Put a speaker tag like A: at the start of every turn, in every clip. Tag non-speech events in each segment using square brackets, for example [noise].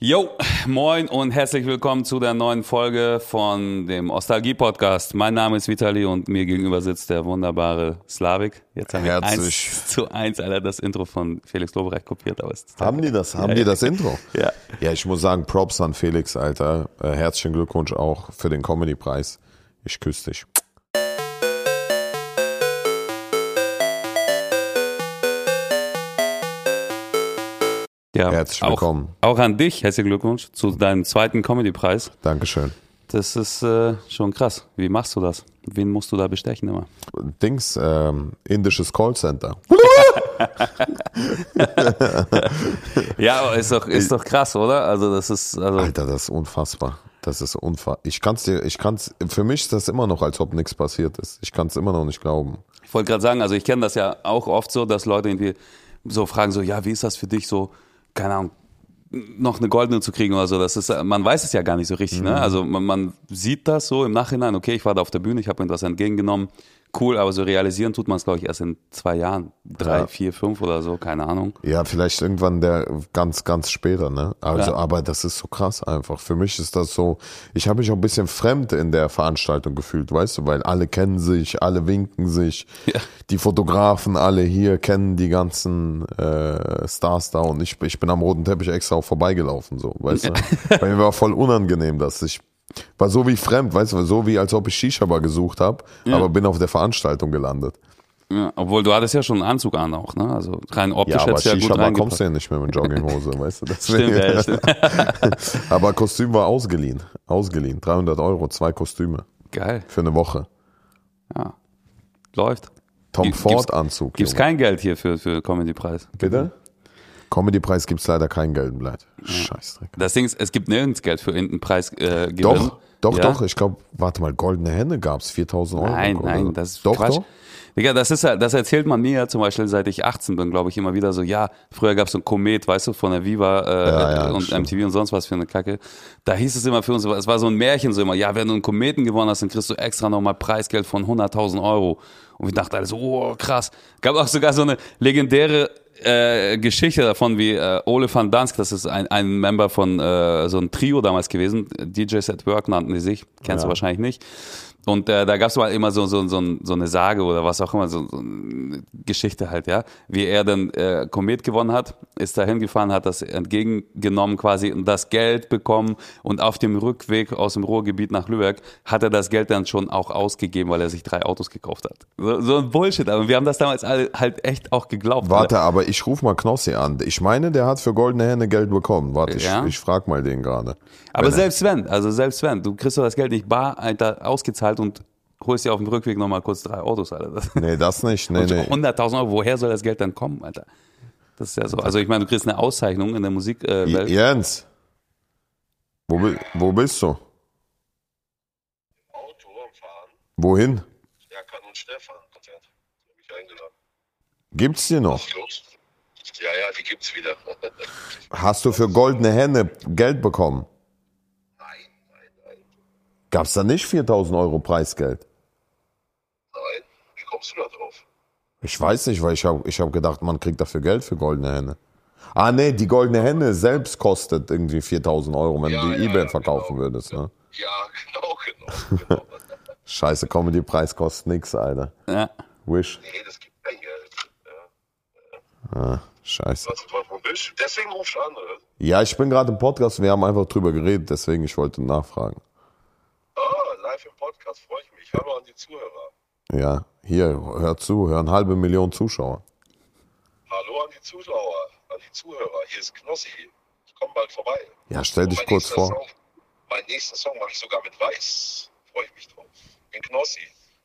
A: Jo, moin und herzlich willkommen zu der neuen Folge von dem Ostalgie-Podcast. Mein Name ist Vitali und mir gegenüber sitzt der wunderbare Slavik. Jetzt haben wir
B: Herzlich.
A: eins zu eins, Alter, das Intro von Felix Lobrecht kopiert, aber es ist
B: Haben die das? Haben die das Intro?
A: [laughs] Ja.
B: Ja, ich muss sagen, Props an Felix, Alter. Äh, herzlichen Glückwunsch auch für den Comedy-Preis. Ich küsse dich.
A: ja,
B: Herzlich
A: auch,
B: willkommen.
A: Auch an dich, herzlichen Glückwunsch zu deinem zweiten Comedy-Preis.
B: Dankeschön.
A: Das ist äh, schon krass. Wie machst du das? Wen musst du da bestechen immer?
B: Dings, ähm, indisches Callcenter.
A: Ja, aber ist doch,
B: Äh,
A: ist doch krass, oder? Also das ist, also
B: Alter, das ist unfassbar. Das ist unfassbar. Ich kann's dir, ich kann's, für mich ist das immer noch, als ob nichts passiert ist. Ich kann's immer noch nicht glauben.
A: Ich wollte gerade sagen, also ich kenne das ja auch oft so, dass Leute irgendwie so fragen, so, ja, wie ist das für dich, so, keine Ahnung, noch eine goldene zu kriegen oder so. Das ist, man weiß es ja gar nicht so richtig,
B: Mhm.
A: ne? Also man, man sieht das so im Nachhinein, okay, ich war da auf der Bühne, ich habe mir was entgegengenommen, cool, aber so realisieren tut man es, glaube ich, erst in zwei Jahren, drei,
B: Ja.
A: vier, fünf oder so, keine Ahnung.
B: Ja, vielleicht irgendwann der ganz, ganz später, ne? Also, aber das ist so krass einfach. Für mich ist das so, ich habe mich auch ein bisschen fremd in der Veranstaltung gefühlt, weißt du, weil alle kennen sich, alle winken sich.
A: Ja.
B: Die Fotografen alle hier kennen die ganzen äh, Stars da und ich, ich bin am roten Teppich extra auch vorbeigelaufen, so, weißt du? Weil mir war voll unangenehm, dass ich war so wie fremd, weißt du, so wie als ob ich Shisha-Bar gesucht habe, aber bin auf der Veranstaltung gelandet.
A: Ja, obwohl du hattest ja schon einen Anzug an auch, ne? Also rein optisch
B: Ja, aber
A: hättest du ja gut
B: Shisha-Bar
A: reingepasst.
B: kommst du ja nicht mehr mit
A: [laughs]
B: Jogginghose, weißt du?
A: Stimmt, ja, stimmt.
B: [laughs] Aber Kostüm war ausgeliehen. Ausgeliehen. 300 Euro, zwei Kostüme
A: Geil,
B: für eine Woche.
A: ja. Läuft.
B: Tom
A: Gibt-
B: Ford Anzug.
A: Gibt's
B: Junge.
A: kein Geld hier für, für Comedy-Preis.
B: Bitte? Comedy-Preis gibt's leider kein Geldblatt. Scheißdreck.
A: Das Ding ist, es gibt nirgends Geld für irgendeinen Preis. Äh, Gewinn.
B: Doch, doch,
A: Ja?
B: doch. Ich glaube, warte mal, goldene Hände gab's 4000 Euro.
A: Nein,
B: oder so.
A: nein, das ist
B: doch,
A: Quatsch.
B: doch.
A: Digga, das ist ja, das erzählt man mir ja zum Beispiel, seit ich 18 bin, glaube ich, immer wieder so, ja, früher gab es so einen Komet, weißt du, von der Viva äh,
B: Ja, ja,
A: und
B: stimmt.
A: MTV und sonst was für eine Kacke. Da hieß es immer für uns, es war so ein Märchen so immer, ja, wenn du einen Kometen gewonnen hast, dann kriegst du extra nochmal Preisgeld von 100.000 Euro. Und wir dachten alle so, oh, krass. Gab auch sogar so eine legendäre äh, Geschichte davon, wie äh, Ole van Dansk, das ist ein, ein Member von äh, so einem Trio damals gewesen, DJs at Work nannten die sich, kennst du wahrscheinlich nicht. Und äh, da gab es mal immer so, so, so, so eine Sage oder was auch immer, so, so eine Geschichte halt, ja. Wie er dann äh, Komet gewonnen hat, ist da hingefahren, hat das entgegengenommen quasi und das Geld bekommen und auf dem Rückweg aus dem Ruhrgebiet nach Lübeck hat er das Geld dann schon auch ausgegeben, weil er sich drei Autos gekauft hat. So, so ein Bullshit, aber wir haben das damals alle halt echt auch geglaubt.
B: Warte, aber ich ruf mal Knossi an. Ich meine, der hat für goldene Hände Geld bekommen. Warte, ich,
A: Ja?
B: ich frag mal den gerade.
A: Aber
B: Wenn er-
A: selbst wenn, also selbst wenn, du kriegst doch das Geld nicht bar Alter, ausgezahlt und holst dir auf dem Rückweg nochmal kurz drei Autos, Alter. Das,
B: Nee, das nicht. Nee,
A: Und
B: nee.
A: 100.000 Euro, woher soll das Geld dann kommen, Alter? Das ist ja so. Also ich meine, du kriegst eine Auszeichnung in der Musikwelt. Äh, Welt.
B: Jens, wo, bi- wo bist du?
C: Auto am Fahren.
B: Wohin?
C: Jakan und Stefan Konzert. Die habe ich eingeladen.
B: Gibt's die noch?
C: Los. Ja, ja, die gibt's wieder. [laughs]
B: Hast du für goldene Hände Geld bekommen?
C: nein, nein, nein,
B: Gab's da nicht 4000 Euro Preisgeld?
C: nein. Wie kommst du da drauf?
B: Ich weiß nicht, weil ich habe ich hab gedacht, man kriegt dafür Geld für goldene Hände. Ah nee, die goldene Hände selbst kostet irgendwie 4000 Euro, wenn
C: Ja,
B: du die
C: ja,
B: eBay
C: ja,
B: verkaufen
C: genau.
B: würdest. Ne?
C: Ja, [laughs] genau, genau. genau.
B: Scheiße, Comedy-Preis kostet nix, Alter.
A: Ja.
B: Wish.
C: nee, das gibt kein Geld. Ja.
B: Ah, scheiße.
C: Was, was, wo bist du? Deswegen rufst du an, oder?
B: Ja, ich bin gerade im Podcast, wir haben einfach drüber geredet, deswegen ich wollte nachfragen.
C: Ah, live im Podcast, freue ich mich. Hallo an die Zuhörer.
B: Ja, hier, hört zu, hören halbe Million Zuschauer.
C: Hallo an die Zuschauer, an die Zuhörer. Hier ist Knossi. Ich komme bald vorbei.
B: Ja, stell
C: Und
B: dich
C: mein
B: kurz
C: nächster
B: vor.
C: Song, mein nächster Song mache ich sogar mit Weiß. Freue ich mich drauf. In Knossi,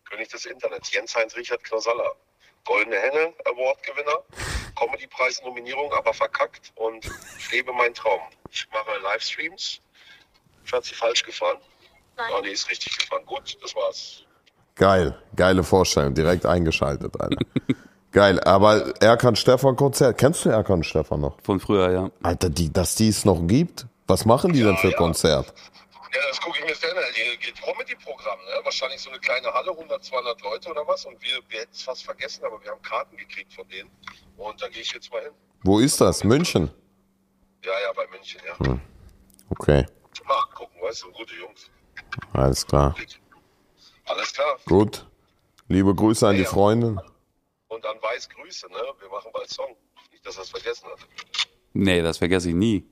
C: König des Internets, Jens-Heinz Richard Knossalla. Goldene Henne Award-Gewinner, Comedy-Preis-Nominierung, aber verkackt und ich lebe meinen Traum. Ich mache Livestreams. Ich hat sie falsch gefahren. Ah, nee, ist richtig gefahren. Gut, das war's.
B: Geil, geile Vorstellung, direkt eingeschaltet,
C: [laughs]
B: Alter. Geil, aber Erkan Stefan Konzert, kennst du Erkan Stefan noch?
A: Von früher, ja.
B: Alter, die, dass die es noch gibt? Was machen die denn für
C: ja.
B: Konzert?
C: Ja, das gucke ich mir gerne. an. Hier geht Comedy-Programm, ne? Wahrscheinlich so eine kleine Halle, 100, 200 Leute oder was. Und wir, wir hätten es fast vergessen, aber wir haben Karten gekriegt von denen. Und da gehe ich jetzt mal hin.
B: Wo ist das? München?
C: Ja, ja, bei München, ja.
B: Okay,
C: zum Markt gucken, weißt du, gute Jungs.
B: alles klar.
C: Alles klar.
B: Gut. Liebe Grüße an die
C: Ja.
B: Freundin.
C: Und an Weiß Grüße, ne? Wir machen bald Song. Nicht, dass er es vergessen hat.
A: Nee, das vergesse ich nie.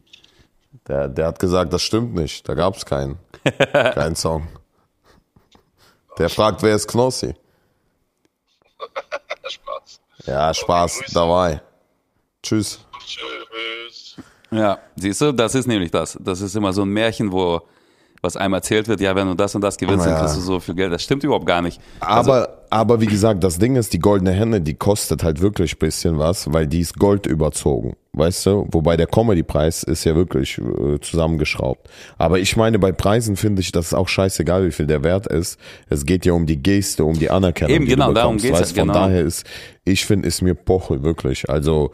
B: Der, der hat gesagt, das stimmt nicht. Da gab's
C: [laughs]
B: keinen. Keinen Song. Der fragt, wer ist Knossi?
C: Spaß.
B: Ja, Spaß,
C: Grüße.
B: dabei. Tschüss.
C: Tschüss.
A: Ja, siehst du, das ist nämlich das. Das ist immer so ein Märchen, wo was einem erzählt wird, ja, wenn du das und das gewinnst, dann
B: Ja.
A: kriegst du so viel Geld. Das stimmt überhaupt gar nicht.
B: Aber, aber wie gesagt, das Ding ist, die goldene Henne, die kostet halt wirklich ein bisschen was, weil die ist Gold überzogen. Weißt du? Wobei der Comedy-Preis ist ja wirklich äh, zusammengeschraubt. Aber ich meine, bei Preisen finde ich, das ist auch scheißegal, wie viel der Wert ist. Es geht ja um die Geste, um die Anerkennung.
A: Eben,
B: die
A: genau,
B: du
A: darum
B: bekommst,
A: geht's
B: weißt?
A: ja,
B: Von
A: genau.
B: daher ist, ich finde, ist mir Poche, wirklich. Also,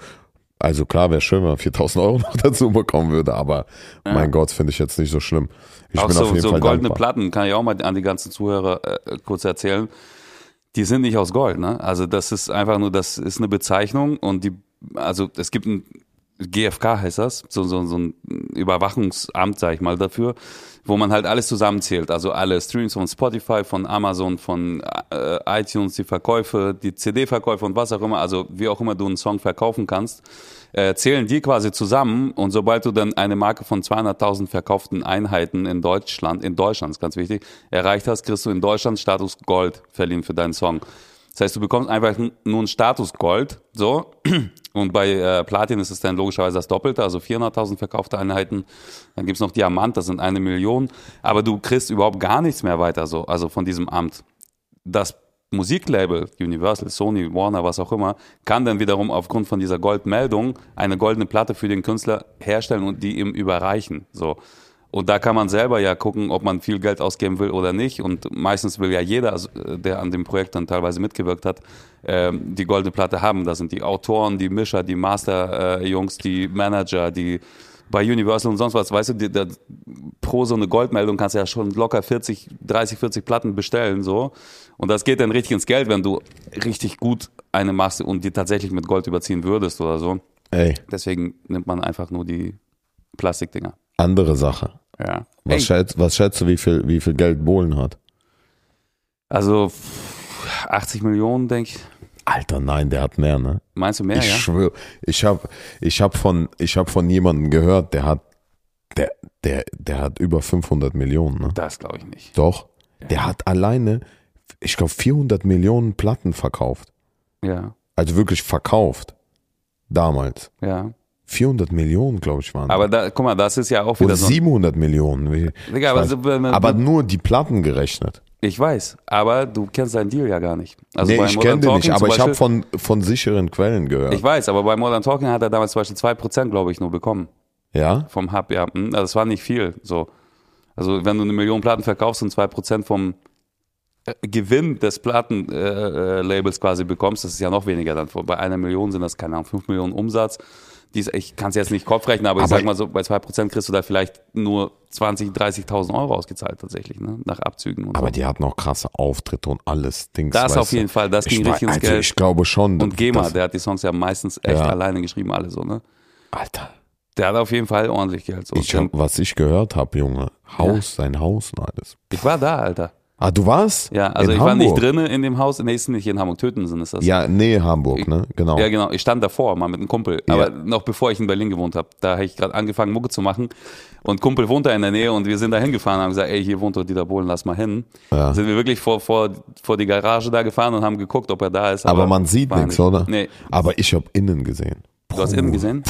B: also klar, wäre schön, wenn man 4000 Euro [laughs] noch dazu bekommen würde, aber mein Gott, finde ich jetzt nicht so schlimm. Ich
A: auch
B: bin
A: so,
B: auf jeden
A: so
B: Fall
A: goldene
B: dankbar.
A: Platten, kann ich auch mal an die ganzen Zuhörer äh, kurz erzählen. Die sind nicht aus Gold, ne? Also das ist einfach nur, das ist eine Bezeichnung und die, also es gibt ein GFK heißt das, so, so, so ein Überwachungsamt, sag ich mal, dafür, wo man halt alles zusammenzählt. Also alle Streams von Spotify, von Amazon, von äh, iTunes, die Verkäufe, die CD-Verkäufe und was auch immer, also wie auch immer du einen Song verkaufen kannst, äh, zählen die quasi zusammen und sobald du dann eine Marke von 200.000 verkauften Einheiten in Deutschland, in Deutschland ist ganz wichtig, erreicht hast, kriegst du in Deutschland Status Gold verliehen für deinen Song. Das heißt, du bekommst einfach n- nur einen Status Gold, so. [clears throat] Und bei äh, Platin ist es dann logischerweise das Doppelte, also 400.000 verkaufte Einheiten. Dann gibt's noch Diamant, das sind eine Million. Aber du kriegst überhaupt gar nichts mehr weiter so, also von diesem Amt das Musiklabel, Universal, Sony, Warner, was auch immer, kann dann wiederum aufgrund von dieser Goldmeldung eine goldene Platte für den Künstler herstellen und die ihm überreichen. So. Und da kann man selber ja gucken, ob man viel Geld ausgeben will oder nicht. Und meistens will ja jeder, also, äh, der an dem Projekt dann teilweise mitgewirkt hat, ähm, die goldene Platte haben. Das sind die Autoren, die Mischer, die Master-Jungs, die Manager, die bei Universal und sonst was, weißt du, die, da, pro so eine Goldmeldung kannst du ja schon locker 40, 30, 40 Platten bestellen, so. Und das geht dann richtig ins Geld, wenn du richtig gut eine machst und die tatsächlich mit Gold überziehen würdest oder so.
B: Ey,
A: Deswegen nimmt man einfach nur die Plastikdinger.
B: andere Sache.
A: Ja.
B: Was,
A: Ey,
B: schätzt, was schätzt du, wie viel, wie viel Geld Bohlen hat?
A: also pff, 80 Millionen, denke ich.
B: Alter, nein, der hat mehr, ne?
A: Meinst du mehr,
B: ich
A: ja?
B: schwöre, ich habe ich hab von, ich hab von jemandem gehört, der hat, der, der, der hat über 500 Millionen, ne?
A: Das glaube ich nicht.
B: Doch, der hat alleine, ich glaube, 400 Millionen Platten verkauft.
A: Ja,
B: Also wirklich verkauft. Damals.
A: ja.
B: 400 Millionen, glaube ich, waren.
A: Aber da, guck mal, das ist ja auch
B: Oder
A: wieder so. ein-
B: 700 Millionen. Wie-
A: Digga,
B: ich
A: aber
B: weiß-
A: so, wenn man-
B: aber nur die Platten gerechnet.
A: Ich weiß, aber du kennst seinen Deal ja gar nicht. Also
B: nee,
A: bei
B: ich
A: Modern
B: kenne den
A: Talking
B: nicht,
A: zum
B: aber ich
A: Beispiel-
B: habe von, von sicheren Quellen gehört.
A: Ich weiß, aber bei Modern Talking hat er damals zum Beispiel 2%, glaube ich, nur bekommen
B: ja?
A: vom Hub. Ja, Hm, also es war nicht viel. So. Also wenn du eine Million Platten verkaufst und 2% vom äh, Gewinn des Plattenlabels äh, Labels quasi bekommst, das ist ja noch weniger dann. Bei einer Million sind das, keine Ahnung, 5 Millionen Umsatz. Dies, ich kann es jetzt nicht Kopf rechnen, aber, ich
B: Aber-
A: sag mal so, bei 2% kriegst du da vielleicht nur 20.000, 30.000 Euro ausgezahlt tatsächlich, ne? nach Abzügen und
B: Aber
A: so.
B: die hatten auch krasse Auftritte und alles. Dings,
A: Das
B: weißt
A: auf
B: du.
A: jeden Fall, das
B: ich
A: ging
B: wei-
A: richtig ins
B: also
A: Geld.
B: Ich glaube schon.
A: Und GEMA,
B: dass-
A: der hat die Songs ja meistens echt
B: Ja.
A: alleine geschrieben, alle so, ne?
B: Alter,
A: Der hat auf jeden Fall ordentlich Geld. So.
B: ich hab, was ich gehört habe, Junge. Haus, sein Haus und alles.
A: ich war da, Alter.
B: Ah, du warst?
A: Ja, also
B: in
A: ich war
B: Hamburg.
A: nicht drinne in dem Haus. Nee, ist nicht in Hamburg. Tötensen ist das.
B: Ja, nee, Hamburg, ne? Genau.
A: Ja, genau. Ich stand davor mal mit einem Kumpel,
B: Ja.
A: aber noch bevor ich in Berlin gewohnt habe. Da habe ich gerade angefangen, Mucke zu machen. Und Kumpel wohnt da in der Nähe und wir sind da hingefahren und haben gesagt, ey, hier wohnt doch Dieter Bohlen, lass mal hin.
B: Ja.
A: Sind wir wirklich vor, vor, vor die Garage da gefahren und haben geguckt, ob er da ist.
B: aber man sieht
A: war er
B: nichts, oder?
A: Nee.
B: Aber ich habe innen gesehen.
A: Du hast innen gesehen?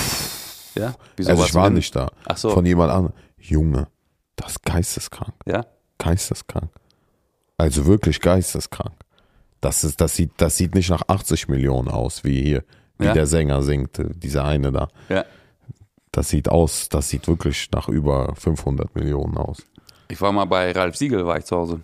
A: Ja? Wieso
B: also
A: warst
B: ich
A: du
B: war
A: innen?
B: nicht da.
A: Ach so.
B: Von jemand anderem. Junge, das ist geisteskrank.
A: Ja?
B: Geisteskrank. Also wirklich geisteskrank. Das, ist, das, sieht, das sieht nicht nach 80 Millionen aus, wie hier, wie
A: Ja.
B: der Sänger singt, äh, dieser eine da.
A: Ja.
B: Das sieht aus, das sieht wirklich nach über 500 Millionen aus.
A: Ich war mal bei Ralf Siegel, war ich zu Hause.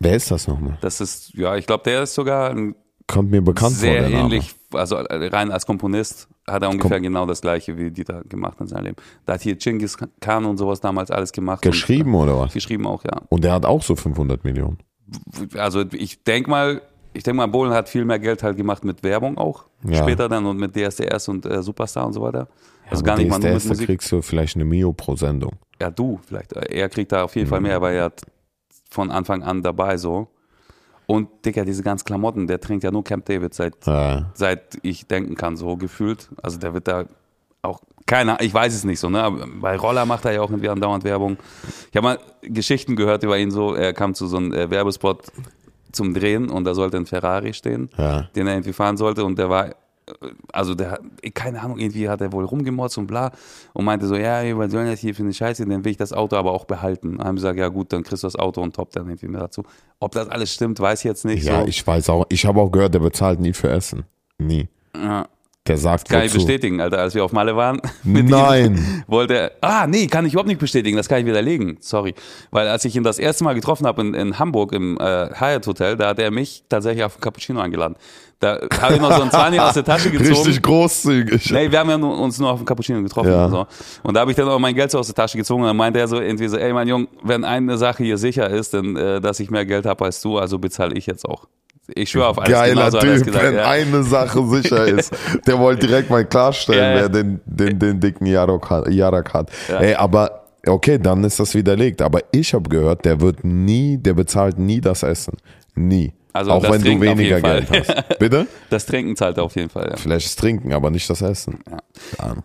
B: Wer ist das nochmal?
A: Das ist, ja, ich glaube, der ist sogar ein
B: Kommt mir bekannt vor,
A: sehr
B: der Name.
A: ähnlich, also äh, rein als Komponist hat er ungefähr genau das gleiche wie Dieter gemacht in seinem Leben. Da hat hier Genghis Khan und äh, sowas damals alles gemacht.
B: Geschrieben oder
A: Und,
B: was?
A: geschrieben auch, ja.
B: Und der hat auch so 500 Millionen.
A: Also ich denk mal, ich denke mal, Bohlen hat viel mehr Geld halt gemacht mit Werbung auch.
B: Ja.
A: Später dann und mit DSDS und äh, Superstar und so weiter. also
B: Aber
A: gar nicht mal nur mit
B: DSDS, da
A: Musik.
B: kriegst du vielleicht eine Mio pro Sendung.
A: Ja, du vielleicht. Äh, Er kriegt da auf jeden Fall
B: Mhm.
A: mehr, weil er t- von Anfang an dabei so. Und Dicker, diese ganzen Klamotten, der trinkt ja nur Camp David seit,
B: Äh,
A: seit ich denken kann, so gefühlt. Also der wird da auch, keiner, ich weiß es nicht so, ne? Aber Bei Roller macht er ja auch irgendwie andauernd Werbung. Ich habe mal Geschichten gehört über ihn so, er kam zu so einem äh, Werbespot zum Drehen und da sollte ein Ferrari stehen
B: ja.
A: den er irgendwie fahren sollte und der war äh, also der hat- keine Ahnung irgendwie hat er wohl rumgemotzt und bla und meinte so ja ey, was soll das hier für eine Scheiße dann will ich das Auto aber auch behalten haben gesagt ja gut dann kriegst du das Auto und top dann irgendwie mehr dazu ob das alles stimmt weiß ich jetzt nicht
B: ja,
A: so.
B: ich weiß auch. Ich habe auch gehört, der bezahlt nie für Essen. Nie.
A: ja,
B: Der sagt
A: kann ich
B: wozu.
A: bestätigen Alter als wir auf Malle waren [laughs] mit ihm
B: Nein.
A: [laughs] wollte er ah nee kann ich überhaupt nicht bestätigen das kann ich widerlegen sorry weil als ich ihn das erste Mal getroffen habe in, in Hamburg im äh, Hyatt Hotel da hat er mich tatsächlich auf einen Cappuccino eingeladen da habe ich noch so einen Zwanni aus der Tasche gezogen
B: [laughs] Richtig großzügig.
A: Nee, wir haben ja nur, uns nur auf dem Cappuccino getroffen.
B: Ja.
A: Und, so. und da habe ich dann auch mein Geld so aus der Tasche gezogen. Und dann meinte er so irgendwie so, ey mein Junge, wenn eine Sache hier sicher ist, dann, äh, dass ich mehr Geld habe als du, also bezahle ich jetzt auch. Ich schwöre auf alles.
D: Geiler
A: genauso hat er es
D: Typ, wenn
A: ja.
D: eine Sache
A: [laughs]
D: sicher ist. Der wollte direkt mal klarstellen,
A: Ja, ja.
D: wer den, den, den dicken Jarak hat. Jarak hat. Ey, aber
B: Okay, dann ist das widerlegt. Aber ich habe gehört, der wird nie, der bezahlt nie das Essen. Nie.
A: Also
B: auch
A: das
B: wenn du
A: Trinken auf
B: weniger
A: jeden
B: Geld
A: Fall. [laughs]
B: hast. Bitte?
A: Das Trinken zahlt er auf jeden Fall. Ja.
B: Vielleicht das Trinken, aber nicht das Essen.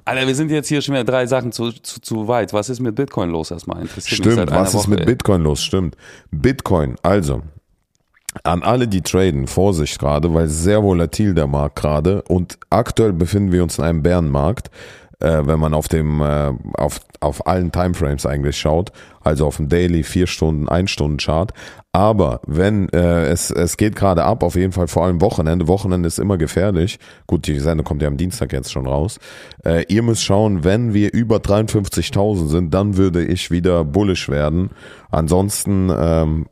A: Alter, wir sind jetzt hier schon wieder drei Sachen zu, zu, zu weit. Was ist mit Bitcoin los erstmal? Interessiert mich
B: Stimmt,
A: seit einer
B: was ist
A: Woche,
B: mit
A: ey.
B: Bitcoin los? Stimmt. Bitcoin, also. An alle, die traden, Vorsicht gerade, weil sehr volatil der Markt gerade und aktuell befinden wir uns in einem Bärenmarkt, äh, wenn man auf dem äh, auf, auf allen Timeframes eigentlich schaut, also auf dem Daily, vier Stunden, ein Stunden Chart. Aber wenn äh, es es geht gerade ab, auf jeden Fall vor allem Wochenende. Wochenende ist immer gefährlich. Gut, die Sendung kommt ja am Dienstag jetzt schon raus. Äh, ihr müsst schauen, wenn wir über 53.000 sind, dann würde ich wieder bullish werden. Ansonsten ähm,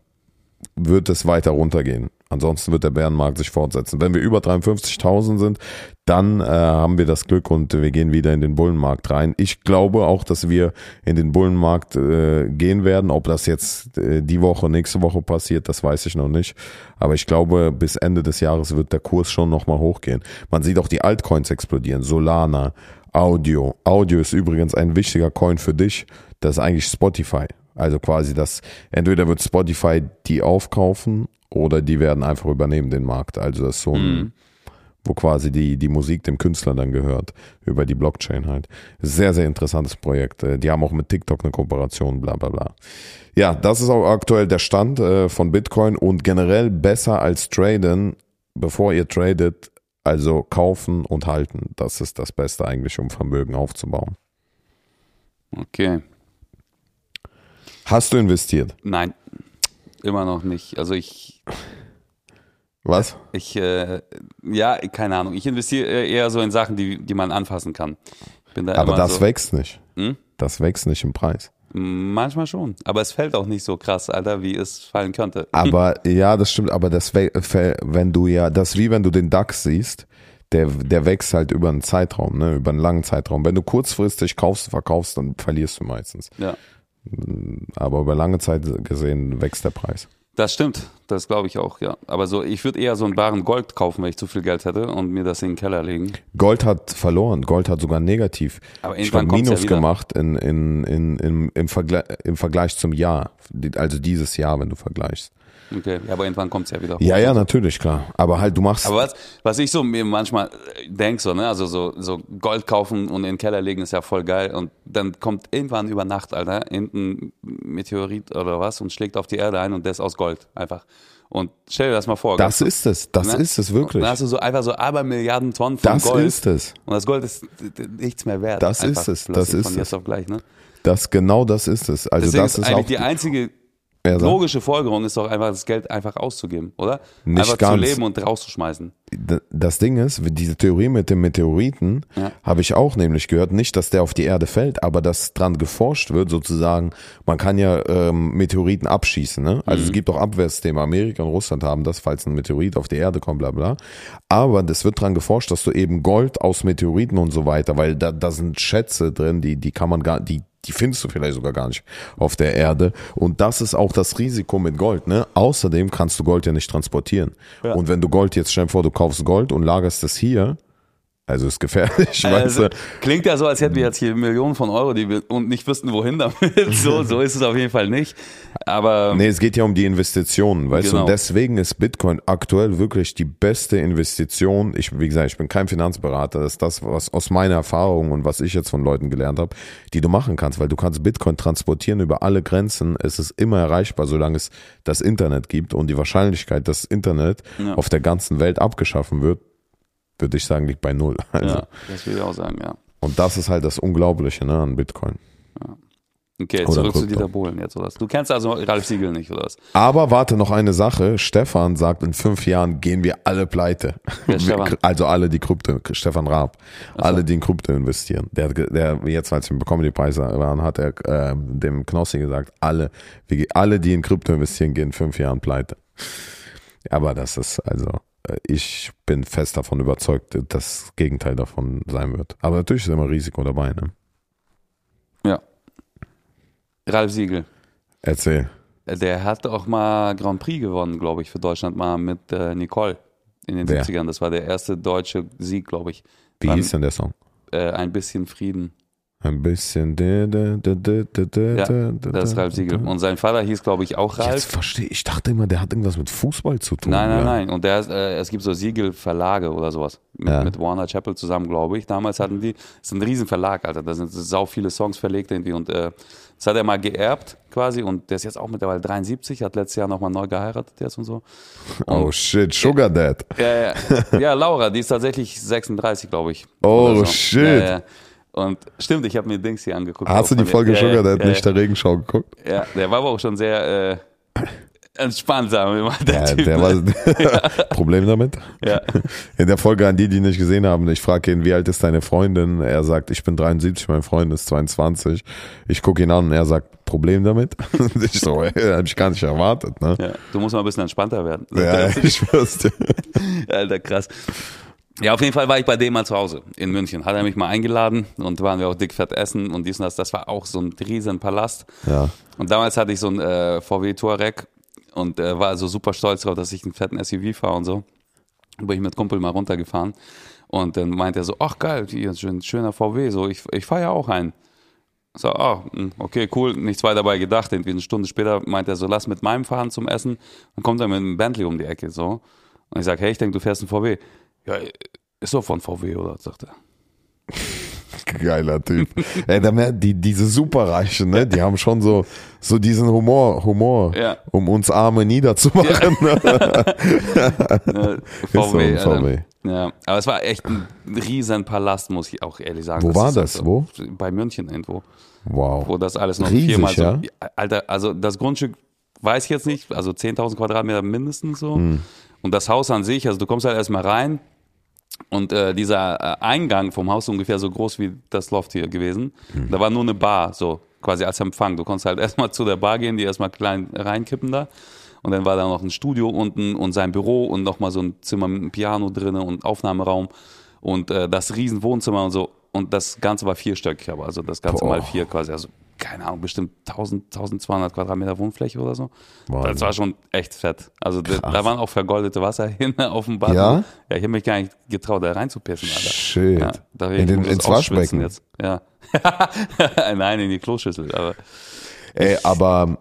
B: wird es weiter runtergehen. Ansonsten wird der Bärenmarkt sich fortsetzen. Wenn wir über 53.000 sind, dann äh, haben wir das Glück und wir gehen wieder in den Bullenmarkt rein. Ich glaube auch, dass wir in den Bullenmarkt äh, gehen werden. Ob das jetzt äh, die Woche, nächste Woche passiert, das weiß ich noch nicht. Aber ich glaube, bis Ende des Jahres wird der Kurs schon nochmal hochgehen. Man sieht auch die Altcoins explodieren. Solana, Audio. Audio ist übrigens ein wichtiger Coin für dich. Das ist eigentlich Spotify. Also quasi das, entweder wird Spotify die aufkaufen oder die werden einfach übernehmen den Markt. Also das ist so ein, wo quasi die, die Musik dem Künstler dann gehört, über die Blockchain halt. Sehr, sehr interessantes Projekt. Äh, Die haben auch mit TikTok eine Kooperation, bla bla bla. Ja, das ist auch aktuell der Stand äh, von Bitcoin und generell besser als traden, bevor ihr tradet, also kaufen und halten. Das ist das Beste eigentlich, um Vermögen aufzubauen.
A: Okay,
B: Hast du investiert?
A: nein, immer noch nicht. Also ich
B: Was?
A: Ich, äh, ja, keine Ahnung. Ich investiere äh, eher so in Sachen, die, die man anfassen kann. Ich Bin da
B: Aber
A: immer
B: das
A: so,
B: wächst nicht.
A: Hm?
B: Das wächst nicht im Preis.
A: Manchmal schon. Aber es fällt auch nicht so krass, Alter, wie es fallen könnte.
B: Aber [laughs] ja, das stimmt, aber das, wä- fä- wenn du ja, das ist wie wenn du den DAX siehst, der, der wächst halt über einen Zeitraum, ne, über einen langen Zeitraum. Wenn du kurzfristig kaufst, verkaufst, dann verlierst du meistens.
A: Ja,
B: Aber über lange Zeit gesehen wächst der Preis.
A: das stimmt. Das glaube ich auch, ja. Aber so, ich würde eher so einen baren Gold kaufen, wenn ich zu viel Geld hätte und mir das in den Keller legen.
B: Gold hat verloren, Gold hat sogar negativ.
A: Aber
B: ich
A: irgendwann
B: glaub,
A: kommt's ja
B: Minus
A: wieder.
B: gemacht in, in, in, im, im, Vergle im Vergleich zum Jahr, also dieses Jahr, wenn du vergleichst.
A: Okay, ja, aber irgendwann kommt es ja wieder. hoch.
B: Ja, ja, natürlich, klar. Aber halt, du machst.
A: Aber was, was ich so mir manchmal denke, so, ne, also so, so Gold kaufen und in den Keller legen ist ja voll geil. Und dann kommt irgendwann über Nacht, Alter, hinten Meteorit oder was und schlägt auf die Erde ein und der ist aus Gold einfach. Und stell dir das mal vor.
B: das ist es, das
A: Ne?
B: ist es wirklich.
A: Dann hast du so einfach so Abermilliarden Tonnen von
B: Das
A: Gold.
B: ist es.
A: Und das Gold ist äh, nichts mehr wert.
B: Das
A: einfach
B: ist es,
A: plötzlich
B: das ist
A: von
B: es.
A: jetzt auf gleich, ne?
B: Das genau das ist es. Also
A: Deswegen
B: das
A: ist
B: ist,
A: eigentlich
B: auch Also
A: die einzige
B: Ja, sag.
A: logische Folgerung ist doch einfach, das Geld einfach auszugeben, oder?
B: Nicht
A: einfach zu
B: ganz.
A: leben und rauszuschmeißen.
B: D- das Ding ist, diese Theorie mit dem Meteoriten
A: Ja.
B: habe ich auch nämlich gehört, nicht, dass der auf die Erde fällt, aber dass dran geforscht wird sozusagen. Man kann ja ähm, Meteoriten abschießen, ne? Also es gibt auch Abwehrsysteme. Amerika und Russland haben das, falls ein Meteorit auf die Erde kommt, bla bla. Aber das wird dran geforscht, dass du eben Gold aus Meteoriten und so weiter, weil da, da sind Schätze drin, die die kann man gar, die die findest du vielleicht sogar gar nicht auf der Erde. Und das ist auch das Risiko mit Gold. Ne? Außerdem kannst du Gold ja nicht transportieren. Und wenn du Gold jetzt, stell dir vor, du kaufst Gold und lagerst es hier, also ist gefährlich, [laughs] weißt
A: Also,
B: du?
A: klingt ja so, als hätten wir jetzt hier Millionen von Euro die wir, und nicht wüssten, wohin damit.
B: [laughs]
A: So, so ist es auf jeden Fall nicht. Aber
B: Nee, es geht ja um die Investitionen, weißt du?
A: Genau.
B: Und deswegen ist Bitcoin aktuell wirklich die beste Investition. Ich, wie gesagt, ich bin kein Finanzberater. Das ist das, was aus meiner Erfahrung und was ich jetzt von Leuten gelernt habe, die du machen kannst, weil du kannst Bitcoin transportieren über alle Grenzen. Es ist immer erreichbar, solange es das Internet gibt und die Wahrscheinlichkeit, dass das Internet auf der ganzen Welt abgeschaffen wird, würde ich sagen, liegt bei null. Also,
A: ja, das will ich auch sagen, ja.
B: Und das ist halt das Unglaubliche ne, an Bitcoin.
A: Okay,
B: Oder
A: zurück zu
B: Krypto.
A: Dieter Bohlen jetzt oder was. Du kennst also Ralf Siegel nicht, oder was?
B: Aber warte noch eine Sache. Stefan sagt, in fünf Jahren gehen wir alle pleite.
A: Wer ist Stefan?
B: Also alle, die Krypto, Stefan Raab, alle, die in Krypto investieren. Der, hat ge- der jetzt, als wir bekommen die Preise waren, hat er äh, dem Knossi gesagt, alle, wir, ge- alle, die in Krypto investieren, gehen in fünf Jahren pleite. Aber das ist also, äh, ich bin fest davon überzeugt, dass das Gegenteil davon sein wird. Aber natürlich ist immer Risiko dabei. Ne?
A: Ja. Ralf Siegel.
B: Erzähl.
A: Der hat auch mal Grand Prix gewonnen, glaube ich, für Deutschland mal mit äh, Nicole in den
B: Wer?
A: 70ern. Das war der erste deutsche Sieg, glaube ich.
B: Wie
A: Wann-
B: hieß denn der Song?
A: Äh, ein bisschen Frieden.
B: Ein bisschen. Da, da, da, da, da, da,
A: Ja,
B: da, da,
A: das ist Ralf Siegel. Und sein Vater hieß, glaube ich, auch Ralf.
B: Jetzt verstehe ich. Ich dachte immer, der hat irgendwas mit Fußball zu tun.
A: Nein, nein,
B: ja.
A: nein. Und der, ist, äh, es gibt so Siegel-Verlage oder sowas. Mit,
B: Ja.
A: mit Warner Chappell zusammen, glaube ich. Damals hatten die, das ist ein Riesenverlag, Alter. Da sind sau viele Songs verlegt irgendwie. Und äh, das hat er mal geerbt quasi. Und der ist jetzt auch mittlerweile 73, hat letztes Jahr nochmal neu geheiratet jetzt und so.
B: Oh shit, Sugar Dad.
A: Ja, [laughs] ja. ja, Laura, die ist tatsächlich 36, glaube ich.
B: Oh,
A: Oder
B: shit.
A: Ja, ja. Und stimmt, ich habe mir Dings hier angeguckt.
B: Hast du
A: Auch von
B: die Folge
A: ihr. ja,
B: Sugar Dad
A: ja,
B: nicht
A: ja,
B: der Regenschau geguckt?
A: ja, der war aber auch schon sehr äh, entspannt, sagen wir mal. [laughs] Der
B: Ja,
A: typ,
B: der
A: ne?
B: [laughs] war Problem damit.
A: Ja.
B: In der Folge an die, die nicht gesehen haben, ich frage ihn, wie alt ist deine Freundin? Er sagt, ich bin 73, mein Freund ist 22. Ich gucke ihn an und er sagt, Problem damit? [laughs] Und ich so, ey, hab ich gar nicht erwartet, ne?
A: Ja, du musst mal ein bisschen entspannter werden. [laughs]
B: Ja, [laughs] ich schwör's dir.
A: Alter, krass. Ja, auf jeden Fall war ich bei dem mal zu Hause in München. Hat er mich mal eingeladen und waren wir auch dickfett essen und dies und das. Das war auch so ein riesen Palast.
B: Ja.
A: Und damals hatte ich so ein äh, VW Touareg und äh, war so super stolz drauf, dass ich einen fetten SUV fahre und so. Und bin ich mit Kumpel mal runtergefahren und dann meint er so, ach geil, hier ist ein schöner VW, so ich, ich fahre ja auch einen. So, ah, hm, okay, cool, nichts weiter dabei gedacht. Irgendwie eine Stunde später meint er so, lass mit meinem fahren zum Essen. Dann kommt er mit einem Bentley um die Ecke, so. Und ich sag, hey, ich denke, du fährst einen VW. Ja, ist doch von VW, oder? Sagt er.
B: Geiler
A: [laughs]
B: Typ. Ey, da mer- die, diese Superreichen, ne, die haben schon so, so diesen Humor, Humor,
A: Ja.
B: um uns Arme niederzumachen.
A: Äh,
B: so
A: VW,
B: ein
A: Alter.
B: VW.
A: Ja, aber es war echt ein riesen Palast, muss ich auch ehrlich sagen.
B: Wo war
A: ist
B: das?
A: halt
B: Wo?
A: so Bei München irgendwo,
B: [laughs] Wow.
A: wo das alles noch
B: Riesig,
A: viermal so.
B: ja?
A: Alter, also das Grundstück weiß ich jetzt nicht, also 10.000 Quadratmeter mindestens so.
B: Hm.
A: Und das Haus an sich, also du kommst halt erstmal rein und äh, dieser äh, Eingang vom Haus ist ungefähr so groß wie das Loft hier gewesen.
B: Hm.
A: Da war nur eine Bar, so quasi als Empfang. Du konntest halt [laughs] erstmal zu der Bar gehen, die erstmal klein reinkippen da. Und dann war da noch ein Studio unten und sein Büro und nochmal so ein Zimmer mit einem Piano drinne und Aufnahmeraum und äh, das riesen Wohnzimmer und so. Und das Ganze war vierstöckig, aber also das Ganze
B: Boah.
A: mal vier quasi. Also keine Ahnung, bestimmt 1000, 1200 Quadratmeter Wohnfläche oder so.
B: Wahnsinn.
A: Das war schon echt fett. Also da, da waren auch vergoldete Wasserhähne [laughs] auf dem Bad.
B: Ja?
A: Ja, ich habe mich gar nicht getraut, da reinzupissen, Alter.
B: Shit.
A: Ja, da
B: in den,
A: muss
B: ins
A: ausschwitzen
B: Waschbecken.
A: Jetzt. Ja. [laughs] Nein, in die Kloschüssel. Aber
B: Ey, aber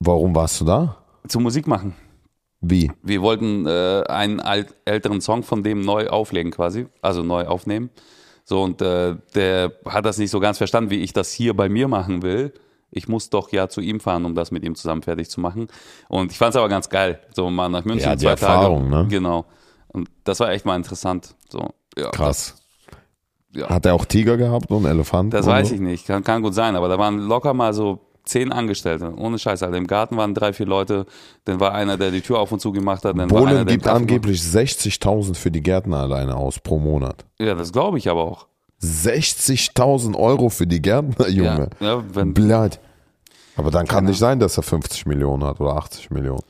B: warum warst du da?
A: zu Musik machen.
B: Wie?
A: Wir wollten äh, einen alt, älteren Song von dem neu auflegen quasi, also neu aufnehmen. So und äh, der hat das nicht so ganz verstanden, wie ich das hier bei mir machen will. Ich muss doch ja zu ihm fahren, um das mit ihm zusammen fertig zu machen. Und ich fand es aber ganz geil, so mal nach München
B: Ja, die
A: zwei
B: Erfahrung,
A: Tage.
B: ne?
A: Genau. Und das war echt mal interessant. So, ja,
B: Krass.
A: Ja.
B: Hat er auch Tiger gehabt und Elefanten?
A: Das
B: und
A: weiß
B: so?
A: ich nicht, kann, kann gut sein, aber da waren locker mal so zehn Angestellte, ohne Scheiß, Alter. Im Garten waren drei, vier Leute, dann war einer, der die Tür auf und zu gemacht hat, dann war einer,
B: Bohlen
A: der
B: gibt
A: den Kaffee
B: angeblich 60.000 für die Gärtner alleine aus pro Monat.
A: macht. Ja, das glaube ich aber auch.
B: 60.000 Euro für die Gärtner, Junge.
A: Ja, ja, wenn,
B: Blöd. Aber dann kann nicht sein, dass er 50 Millionen hat oder 80 Millionen.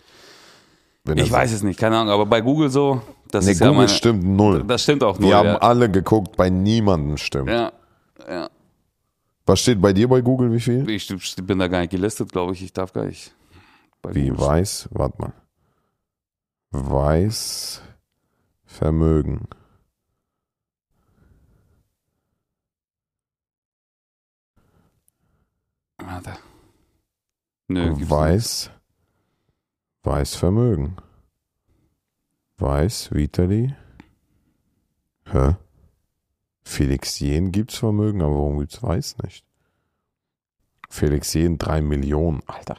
B: Wenn er
A: ich weiß es nicht, keine Ahnung, aber bei Google so, das
B: Nee,
A: ist
B: Google
A: ja meine,
B: stimmt null.
A: Das stimmt auch
B: Wir
A: null,
B: haben
A: ja.
B: alle geguckt, bei niemandem stimmt.
A: Ja, ja.
D: Was steht bei dir bei Google, wie viel?
A: Ich bin da gar nicht gelistet, glaube ich. Ich darf gar nicht. Bei
B: Wie
A: Google-
B: weiß, warte mal. Weiß Vermögen.
A: Ah, da.
B: Äh,
A: Nö, gibt's
B: Weiß. Weiß Vermögen. Weiß Vitali. Hä? Felix Jen gibt's Vermögen, aber warum gibt's Weiß nicht? Felix Jen 3 Millionen. Alter.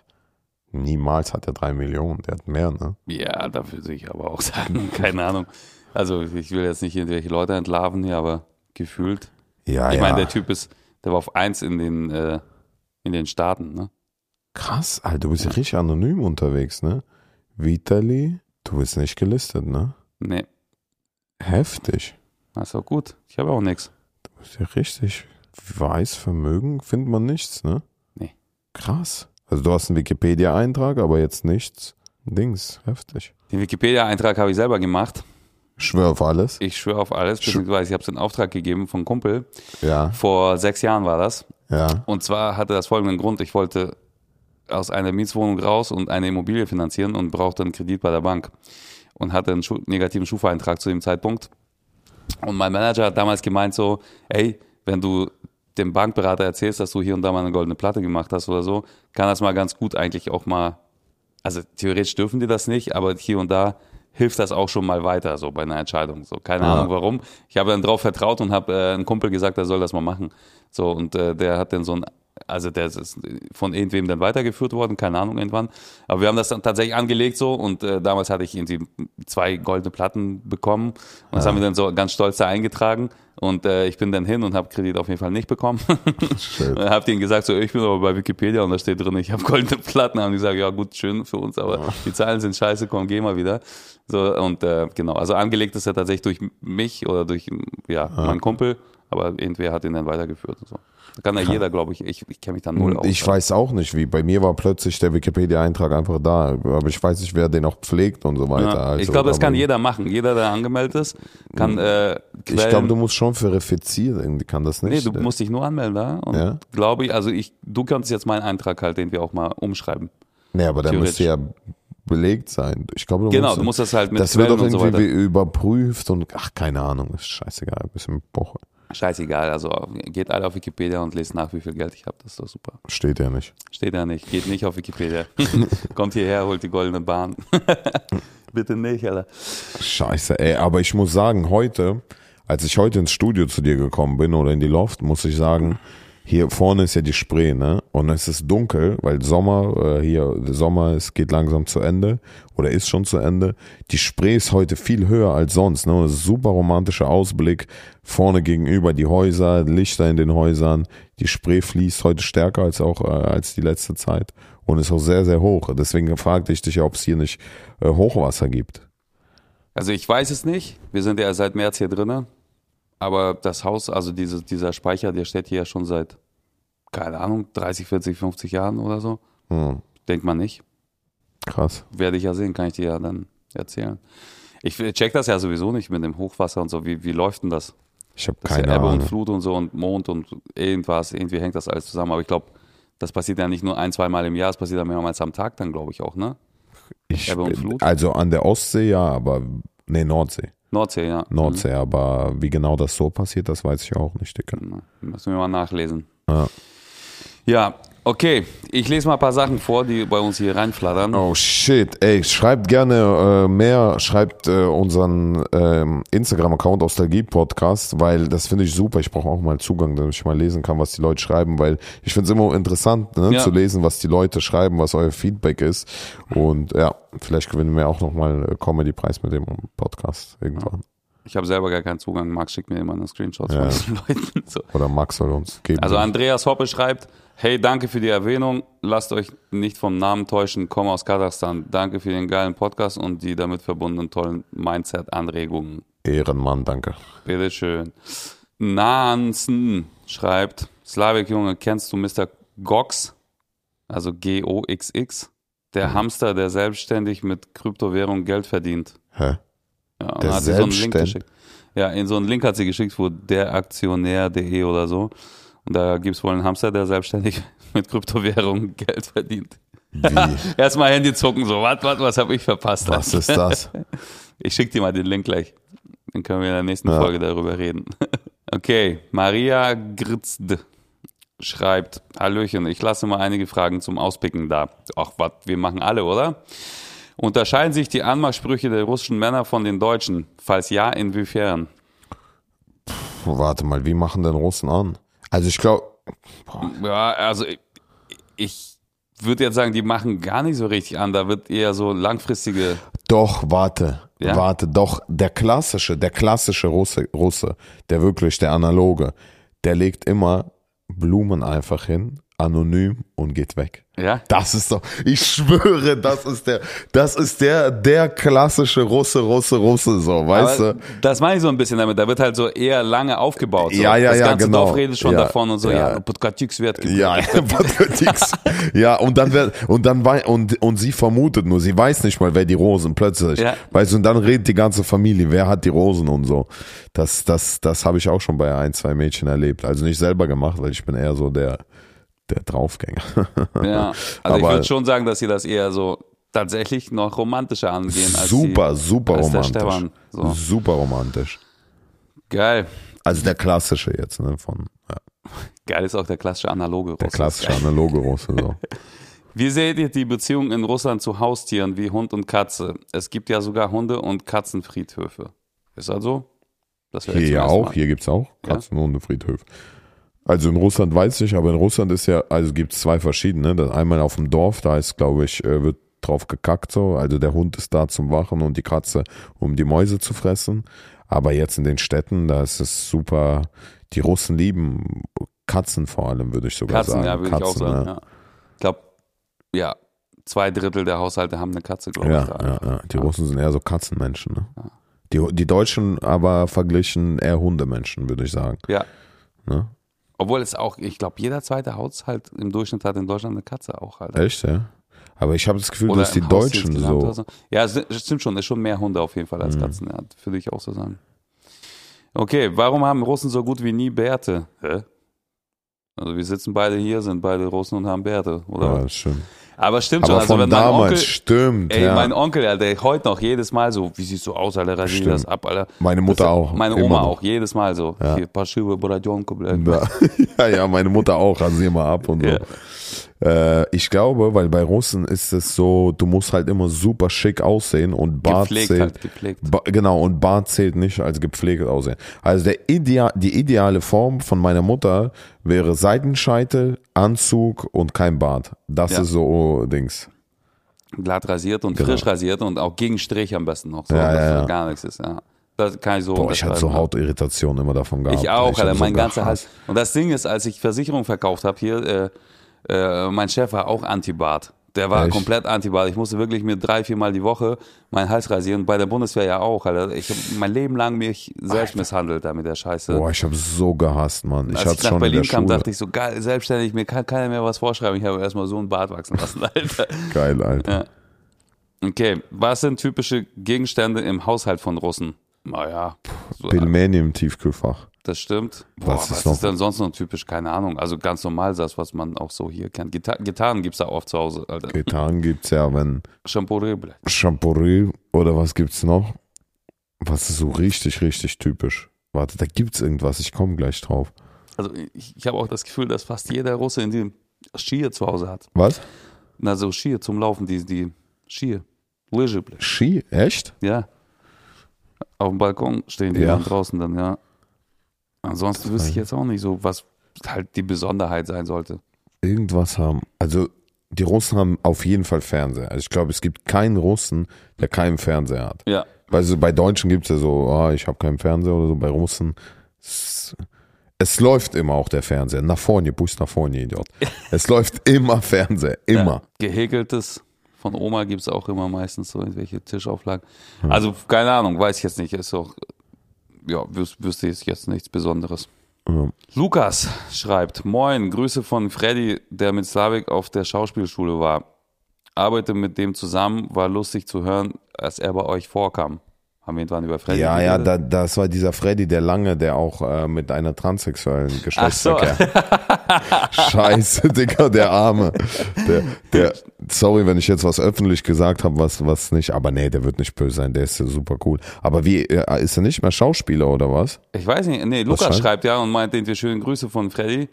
B: Niemals hat er 3 Millionen. Der hat mehr, ne?
A: nicht. Ja, dafür sehe ich aber auch [laughs] sagen. Keine Ahnung. Also ich will jetzt nicht irgendwelche Leute entlarven hier, aber gefühlt.
B: Ja,
A: ich
B: Ah, ja.
A: meine, der Typ ist, der war auf eins in den, äh, in den Staaten, ne?
B: Krass, Alter, du bist ja richtig anonym unterwegs, ne? Vitali, du bist nicht gelistet, ne?
A: Nee,
B: Heftig.
A: das ist auch gut. Ich habe auch nichts.
B: Du bist ja richtig. Weiß Vermögen findet man nichts, ne?
A: Nee.
B: Krass. Also du hast einen Wikipedia-Eintrag, aber jetzt nichts. Dings, heftig.
A: Den Wikipedia-Eintrag habe ich selber gemacht.
D: Schwör auf alles.
A: Ich schwöre auf alles, beziehungsweise ich habe es in Auftrag gegeben von Kumpel.
B: Ja,
A: Vor sechs Jahren war das.
B: ja.
A: Und zwar hatte das folgenden Grund. Ich wollte aus einer Mietswohnung raus und eine Immobilie finanzieren und brauchte einen Kredit bei der Bank und hatte einen Schu negativen Schufa-Eintrag zu dem Zeitpunkt. Und mein Manager hat damals gemeint so, ey, wenn du dem Bankberater erzählst, dass du hier und da mal eine goldene Platte gemacht hast oder so, kann das mal ganz gut eigentlich auch mal, also theoretisch dürfen die das nicht, aber hier und da hilft das auch schon mal weiter, so bei einer Entscheidung. So, keine Ahnung warum. Ich habe dann drauf vertraut und habe äh, einem Kumpel gesagt, er soll das mal machen. So, und äh, der hat dann so ein, also der ist von irgendwem dann weitergeführt worden, keine Ahnung irgendwann. Aber wir haben das dann tatsächlich angelegt so und äh, damals hatte ich irgendwie zwei goldene Platten bekommen und das haben wir dann so ganz stolz da eingetragen. Und äh, ich bin dann hin und habe Kredit auf jeden Fall nicht bekommen. [laughs] Und dann hab denen gesagt, so, ich bin aber bei Wikipedia und da steht drin, ich habe goldene Platten. Haben die gesagt, ja gut, schön für uns, aber die Zahlen sind scheiße, komm, geh mal wieder. So, und äh, genau, also angelegt ist er tatsächlich durch mich oder durch, ja, meinen Kumpel, aber irgendwer hat ihn dann weitergeführt und so. Da kann ja jeder, glaube ich, ich, ich kenne mich dann null aus.
B: Ich weiß auch nicht, wie. Bei mir war plötzlich der Wikipedia-Eintrag einfach da. Aber ich weiß nicht, wer den auch pflegt und so weiter.
A: ja.
B: Also,
A: ich glaube, das kann
B: aber-
A: jeder machen. Jeder, der angemeldet ist, kann äh, Quellen,
B: Mm. Ich glaube, du musst schon verifizieren. Kann das
A: Nee,
B: nicht?
A: du musst dich nur anmelden da. Und
B: Ja.
A: glaube ich, also ich, du kannst jetzt meinen Eintrag halt, den wir auch mal umschreiben.
B: Nee, aber der
A: Theoretisch.
B: müsste ja belegt sein. Ich glaube, du
A: Genau,
B: musst,
A: du musst das halt mit
B: Das wird
A: Quellen
B: auch
A: und so
B: irgendwie
A: weiter.
B: überprüft und ach, keine Ahnung, ist scheißegal, ein bisschen Boche.
A: Scheißegal, also geht alle auf Wikipedia und lest nach, wie viel Geld ich habe. Das ist doch super.
B: Steht ja nicht.
A: Steht da nicht, geht nicht auf [laughs] Wikipedia. Kommt hierher, holt die goldene Bahn. [laughs] Bitte nicht, Alter.
B: Scheiße, ey, aber ich muss sagen, heute, als ich heute ins Studio zu dir gekommen bin oder in die Loft, muss ich sagen, hier vorne ist ja die Spree, ne? Und es ist dunkel, weil Sommer, äh, hier, Sommer, es geht langsam zu Ende oder ist schon zu Ende. Die Spree ist heute viel höher als sonst, ne? Und es ist super romantischer Ausblick. Vorne gegenüber die Häuser, Lichter in den Häusern. Die Spree fließt heute stärker als auch äh, als die letzte Zeit und ist auch sehr, sehr hoch. Deswegen fragte ich dich ja, ob es hier nicht äh, Hochwasser gibt.
A: Also ich weiß es nicht. Wir sind ja seit März hier drinnen. Aber das Haus, also diese, dieser Speicher, der steht hier ja schon seit, keine Ahnung, 30, 40, 50 Jahren oder so.
B: Hm.
A: Denkt man nicht.
B: Krass.
A: werde ich ja sehen, kann ich dir ja dann erzählen. Ich check das ja sowieso nicht mit dem Hochwasser und so. Wie, wie läuft denn das?
B: Ich habe
A: Das ist
B: keine
A: ja Ebbe und
B: Ahnung.
A: Flut und so und Mond und irgendwas. Irgendwie hängt das alles zusammen. Aber ich glaube, das passiert ja nicht nur ein, zwei Mal im Jahr, es passiert ja mehrmals am Tag dann, glaube ich auch, ne?
B: Ich,
A: Ebbe und Flut?
B: Also an der Ostsee ja, aber nee, Nordsee.
A: Nordsee, ja.
B: Nordsee, aber wie genau das so passiert, das weiß ich auch nicht, Dicke.
A: Na, Müssen wir mal nachlesen.
B: Ja.
A: Ja, okay. Ich lese mal ein paar Sachen vor, die bei uns hier reinflattern.
B: Oh shit, ey, schreibt gerne äh, mehr, schreibt äh, unseren ähm, Instagram-Account Nostalgie Podcast, weil das finde ich super. Ich brauche auch mal Zugang, damit ich mal lesen kann, was die Leute schreiben, weil ich finde es immer interessant ne,
A: Ja.
B: zu lesen, was die Leute schreiben, was euer Feedback ist. Und ja, vielleicht gewinnen wir auch nochmal äh, Comedy-Preis mit dem Podcast irgendwann.
A: Ich habe selber gar keinen Zugang. Max schickt mir immer einen Screenshot von
B: Ja.
A: diesen Leuten. So.
B: Oder Max soll uns geben.
A: Also Andreas Hoppe schreibt, hey, danke für die Erwähnung, lasst euch nicht vom Namen täuschen, komme aus Kasachstan. Danke für den geilen Podcast und die damit verbundenen tollen Mindset-Anregungen.
B: Ehrenmann, danke.
A: Bitteschön. Nansen schreibt, Slavik Junge, kennst du Mr. Gox? Also G-O-X-X.
B: Mhm.
A: Der Hamster, der selbstständig mit Kryptowährung Geld verdient.
B: Hä?
A: Ja, und
B: Der
A: hat sie so einen Link
B: Selbstständ-
A: geschickt. Ja, in so einen Link hat sie geschickt, wo deraktionär.de E oder so. Und da gibt es wohl einen Hamster, der selbstständig [laughs] mit Kryptowährungen Geld verdient. [laughs]
B: Wie?
A: Erstmal Handy zucken, so, wat, wat, was habe ich verpasst?
B: Was ist das?
A: Ich schicke dir mal den Link gleich. Dann können wir in der nächsten Folge darüber reden. [laughs] Okay, Maria Gritzd schreibt, Hallöchen, ich lasse mal einige Fragen zum Auspicken da. Ach, was, wir machen alle, oder? Unterscheiden sich die Anmachsprüche der russischen Männer von den deutschen? Falls ja, inwiefern?
B: Puh, warte mal, wie machen denn Russen an? Also ich glaube,
A: Ja, also ich, ich würde jetzt sagen, die machen gar nicht so richtig an. Da wird eher so langfristige.
B: doch, warte,
A: Ja?
B: warte, doch, der klassische, der klassische Russe, Russe, der wirklich, der analoge, der legt immer Blumen einfach hin, anonym und geht weg.
A: Ja?
B: Das ist doch, ich schwöre, das ist der, das ist der, der klassische Russe, Russe, Russe, so, weißt
A: Aber
B: du?
A: das meine ich so ein bisschen damit. Da wird halt so eher lange aufgebaut. So.
B: Ja, ja,
A: das
B: ja,
A: ganze
B: genau.
A: Dorf redet schon
B: Ja,
A: davon und so.
B: ja.
A: Ja, Putkatyks wird ge- [laughs]
B: Ja, [laughs] Patriotics. ja, und dann wird, und dann wei- und und sie vermutet nur, sie weiß nicht mal, wer die Rosen plötzlich.
A: Ja.
B: Weißt du, und dann redet die ganze Familie, wer hat die Rosen und so. Das das das habe ich auch schon bei ein, zwei Mädchen erlebt. Also nicht selber gemacht, weil ich bin eher so der der Draufgänger. [laughs]
A: Ja. Also ich
B: Aber-
A: würde schon sagen, dass sie das eher so tatsächlich noch romantischer angehen als
B: super,
A: die,
B: super
A: als der Stefan,
B: romantisch.
A: so.
B: Super romantisch.
A: Geil.
B: Also der klassische jetzt, ne, von ja,
A: Geil ist auch der klassische analoge Russe.
B: der klassische analoge Russe
A: [laughs]
B: so.
A: Wie seht ihr die Beziehung in Russland zu Haustieren wie Hund und Katze? Es gibt ja sogar Hunde- und Katzenfriedhöfe. Ist das so? Das wäre
B: Hier
A: jetzt
B: ja
A: Äh, zum
B: auch,
A: ersten Mal.
B: hier gibt's auch Katzen- und Hundefriedhöfe. Also in Russland weiß ich, aber in Russland ist ja, also gibt's zwei verschiedene. ne? Das einmal auf dem Dorf, da ist, glaube ich, äh, wird drauf gekackt so. Also der Hund ist da zum Wachen und die Katze, um die Mäuse zu fressen. Aber jetzt in den Städten, da ist es super. Die Russen lieben Katzen vor allem, würde ich sogar
A: Katzen,
B: sagen.
A: ja, würde ich auch sagen.
B: ne?
A: Ja. Ich glaube, ja, zwei Drittel der Haushalte haben eine Katze, glaube
B: Ja,
A: ich. da.
B: ja, ja. Die Russen sind eher so Katzenmenschen. Ne? Die, die Deutschen aber verglichen eher Hundemenschen, würde ich sagen.
A: Ja.
B: Ne?
A: Obwohl es auch, ich glaube, jeder zweite Haushalt im Durchschnitt hat in Deutschland eine Katze auch halt.
B: Echt, ja? Aber ich habe das Gefühl, dass die
A: im Haus
B: Deutschen
A: insgesamt
B: so. Mhm.
A: oder Ja, es sind- es stimmt schon, es ist schon mehr Hunde auf jeden Fall als Katzen, ja, würde ich auch so sagen. Okay, warum haben Russen so gut wie nie Bärte? Hä? Also wir sitzen beide hier, sind beide Russen und haben Bärte, oder?
B: Ja,
A: was?
B: das stimmt.
A: Aber es stimmt
B: Aber
A: schon, also
B: von
A: wenn mein
B: damals,
A: Onkel,
B: stimmt.
A: ey,
B: ja.
A: mein Onkel, Alter, heute noch jedes Mal so, wie siehst du aus, Alter, rasier
B: Stimmt.
A: das ab, Alter.
B: Meine Mutter
A: Das-
B: auch,
A: Meine
B: immer
A: Oma
B: noch.
A: auch, jedes Mal so. Ja. Hier, Paschübe, Boradjonko, bla.
B: [laughs] ja. ja, ja, meine Mutter auch, rasier mal ab und so.
A: Ja.
B: Äh, ich glaube, weil bei Russen ist es so, du musst halt immer super schick aussehen und Bart
A: Gepflegt
B: zählt.
A: halt, gepflegt.
B: Ba genau, und Bart zählt nicht als gepflegt aussehen. Also der Idea die ideale Form von meiner Mutter wäre Seitenscheitel, Anzug und kein Bart. Das
A: Ja.
B: ist so oh, Dings.
A: glatt rasiert und frisch rasiert und auch gegen Strich am besten noch, so,
B: Genau. Ja,
A: dass
B: ja,
A: da
B: ja.
A: gar nichts ist. Ja. Das kann ich so
B: Boah, ich hatte so
A: unterschreiben.
B: Hautirritationen immer davon gehabt.
A: ne? Ich auch,
B: hab
A: Alter,
B: so
A: mein ganzer
B: gehasst.
A: Hals. Und das Ding ist, als ich Versicherung verkauft habe hier, äh, äh, mein Chef war auch Antibart. Der war
B: Echt?
A: komplett Antibart. Ich musste wirklich mir drei, viermal die Woche meinen Hals rasieren. Bei der Bundeswehr ja auch, Alter. Ich habe mein Leben lang mich selbst misshandelt da mit der Scheiße.
B: Boah, ich habe so gehasst, Mann. Ich
A: Als
B: hatte
A: ich nach
B: schon
A: Berlin
B: in der
A: kam,
B: Schule.
A: dachte ich so, geil, selbstständig, mir kann keiner mehr was vorschreiben. Ich habe erstmal so einen Bart wachsen lassen, [laughs] Alter.
B: Geil, Alter.
A: Okay, was sind typische Gegenstände im Haushalt von Russen? Naja, so,
B: Pilmeni im Tiefkühlfach.
A: das stimmt. Boah, was
B: ist
A: ist,
B: noch-
A: denn sonst noch typisch? Keine Ahnung. Also ganz normal das, was man auch so hier kennt. Gita Gitarren gibt's da oft zu Hause, Alter.
B: Getan gibt's ja, wenn
A: Shampoo Reble.
B: Champoré oder was gibt's noch? Was ist so richtig, richtig typisch? Warte, da gibt's irgendwas. Ich komme gleich drauf.
A: Also ich, ich habe auch das Gefühl, dass fast jeder Russe in dem Skier zu Hause hat.
B: Was?
A: Na, so Skier zum Laufen, die, die Skier. Lüge, Ble.
B: Ski? Echt?
A: ja. Auf dem Balkon stehen die
B: Ja.
A: dann draußen dann, ja. Ansonsten wüsste ich jetzt auch nicht so, was halt die Besonderheit sein sollte.
B: Irgendwas haben. Also die Russen haben auf jeden Fall Fernseher. Also ich glaube, es gibt keinen Russen, der keinen Fernseher hat.
A: Ja.
B: Also bei Deutschen gibt's ja so, ah, ich habe keinen Fernseher oder so. Bei Russen, es, es läuft immer auch der Fernseher. Nach vorne, Bus nach vorne,
A: [laughs]
B: Idiot. Es läuft immer Fernseher, immer.
A: Ja, gehäkeltes von Oma gibt es auch immer meistens so irgendwelche Tischauflagen. Also keine Ahnung, weiß ich jetzt nicht. Ist auch, ja, wüs wüsste ich jetzt nichts Besonderes.
B: Ja.
A: Lukas schreibt, moin, Grüße von Freddy, der mit Slavik auf der Schauspielschule war. Arbeite mit dem zusammen, war lustig zu hören, als er bei euch vorkam. Haben wir irgendwann über Freddy
B: Ja, ja,
A: geredet?
B: da, das war dieser Freddy, der Lange, der auch äh, mit einer transsexuellen Geschlechtsverkehr.
A: [laughs]
B: Scheiße, Digga, der Arme. Der, der, sorry, wenn ich jetzt was öffentlich gesagt habe, was, was nicht, aber nee, der wird nicht böse sein, der ist ja super cool. Aber wie, äh, ist er nicht mehr Schauspieler oder was?
A: Ich weiß nicht. Nee, Lukas
B: schreibt-
A: schreibt ja und meint den wir schönen Grüße von Freddy,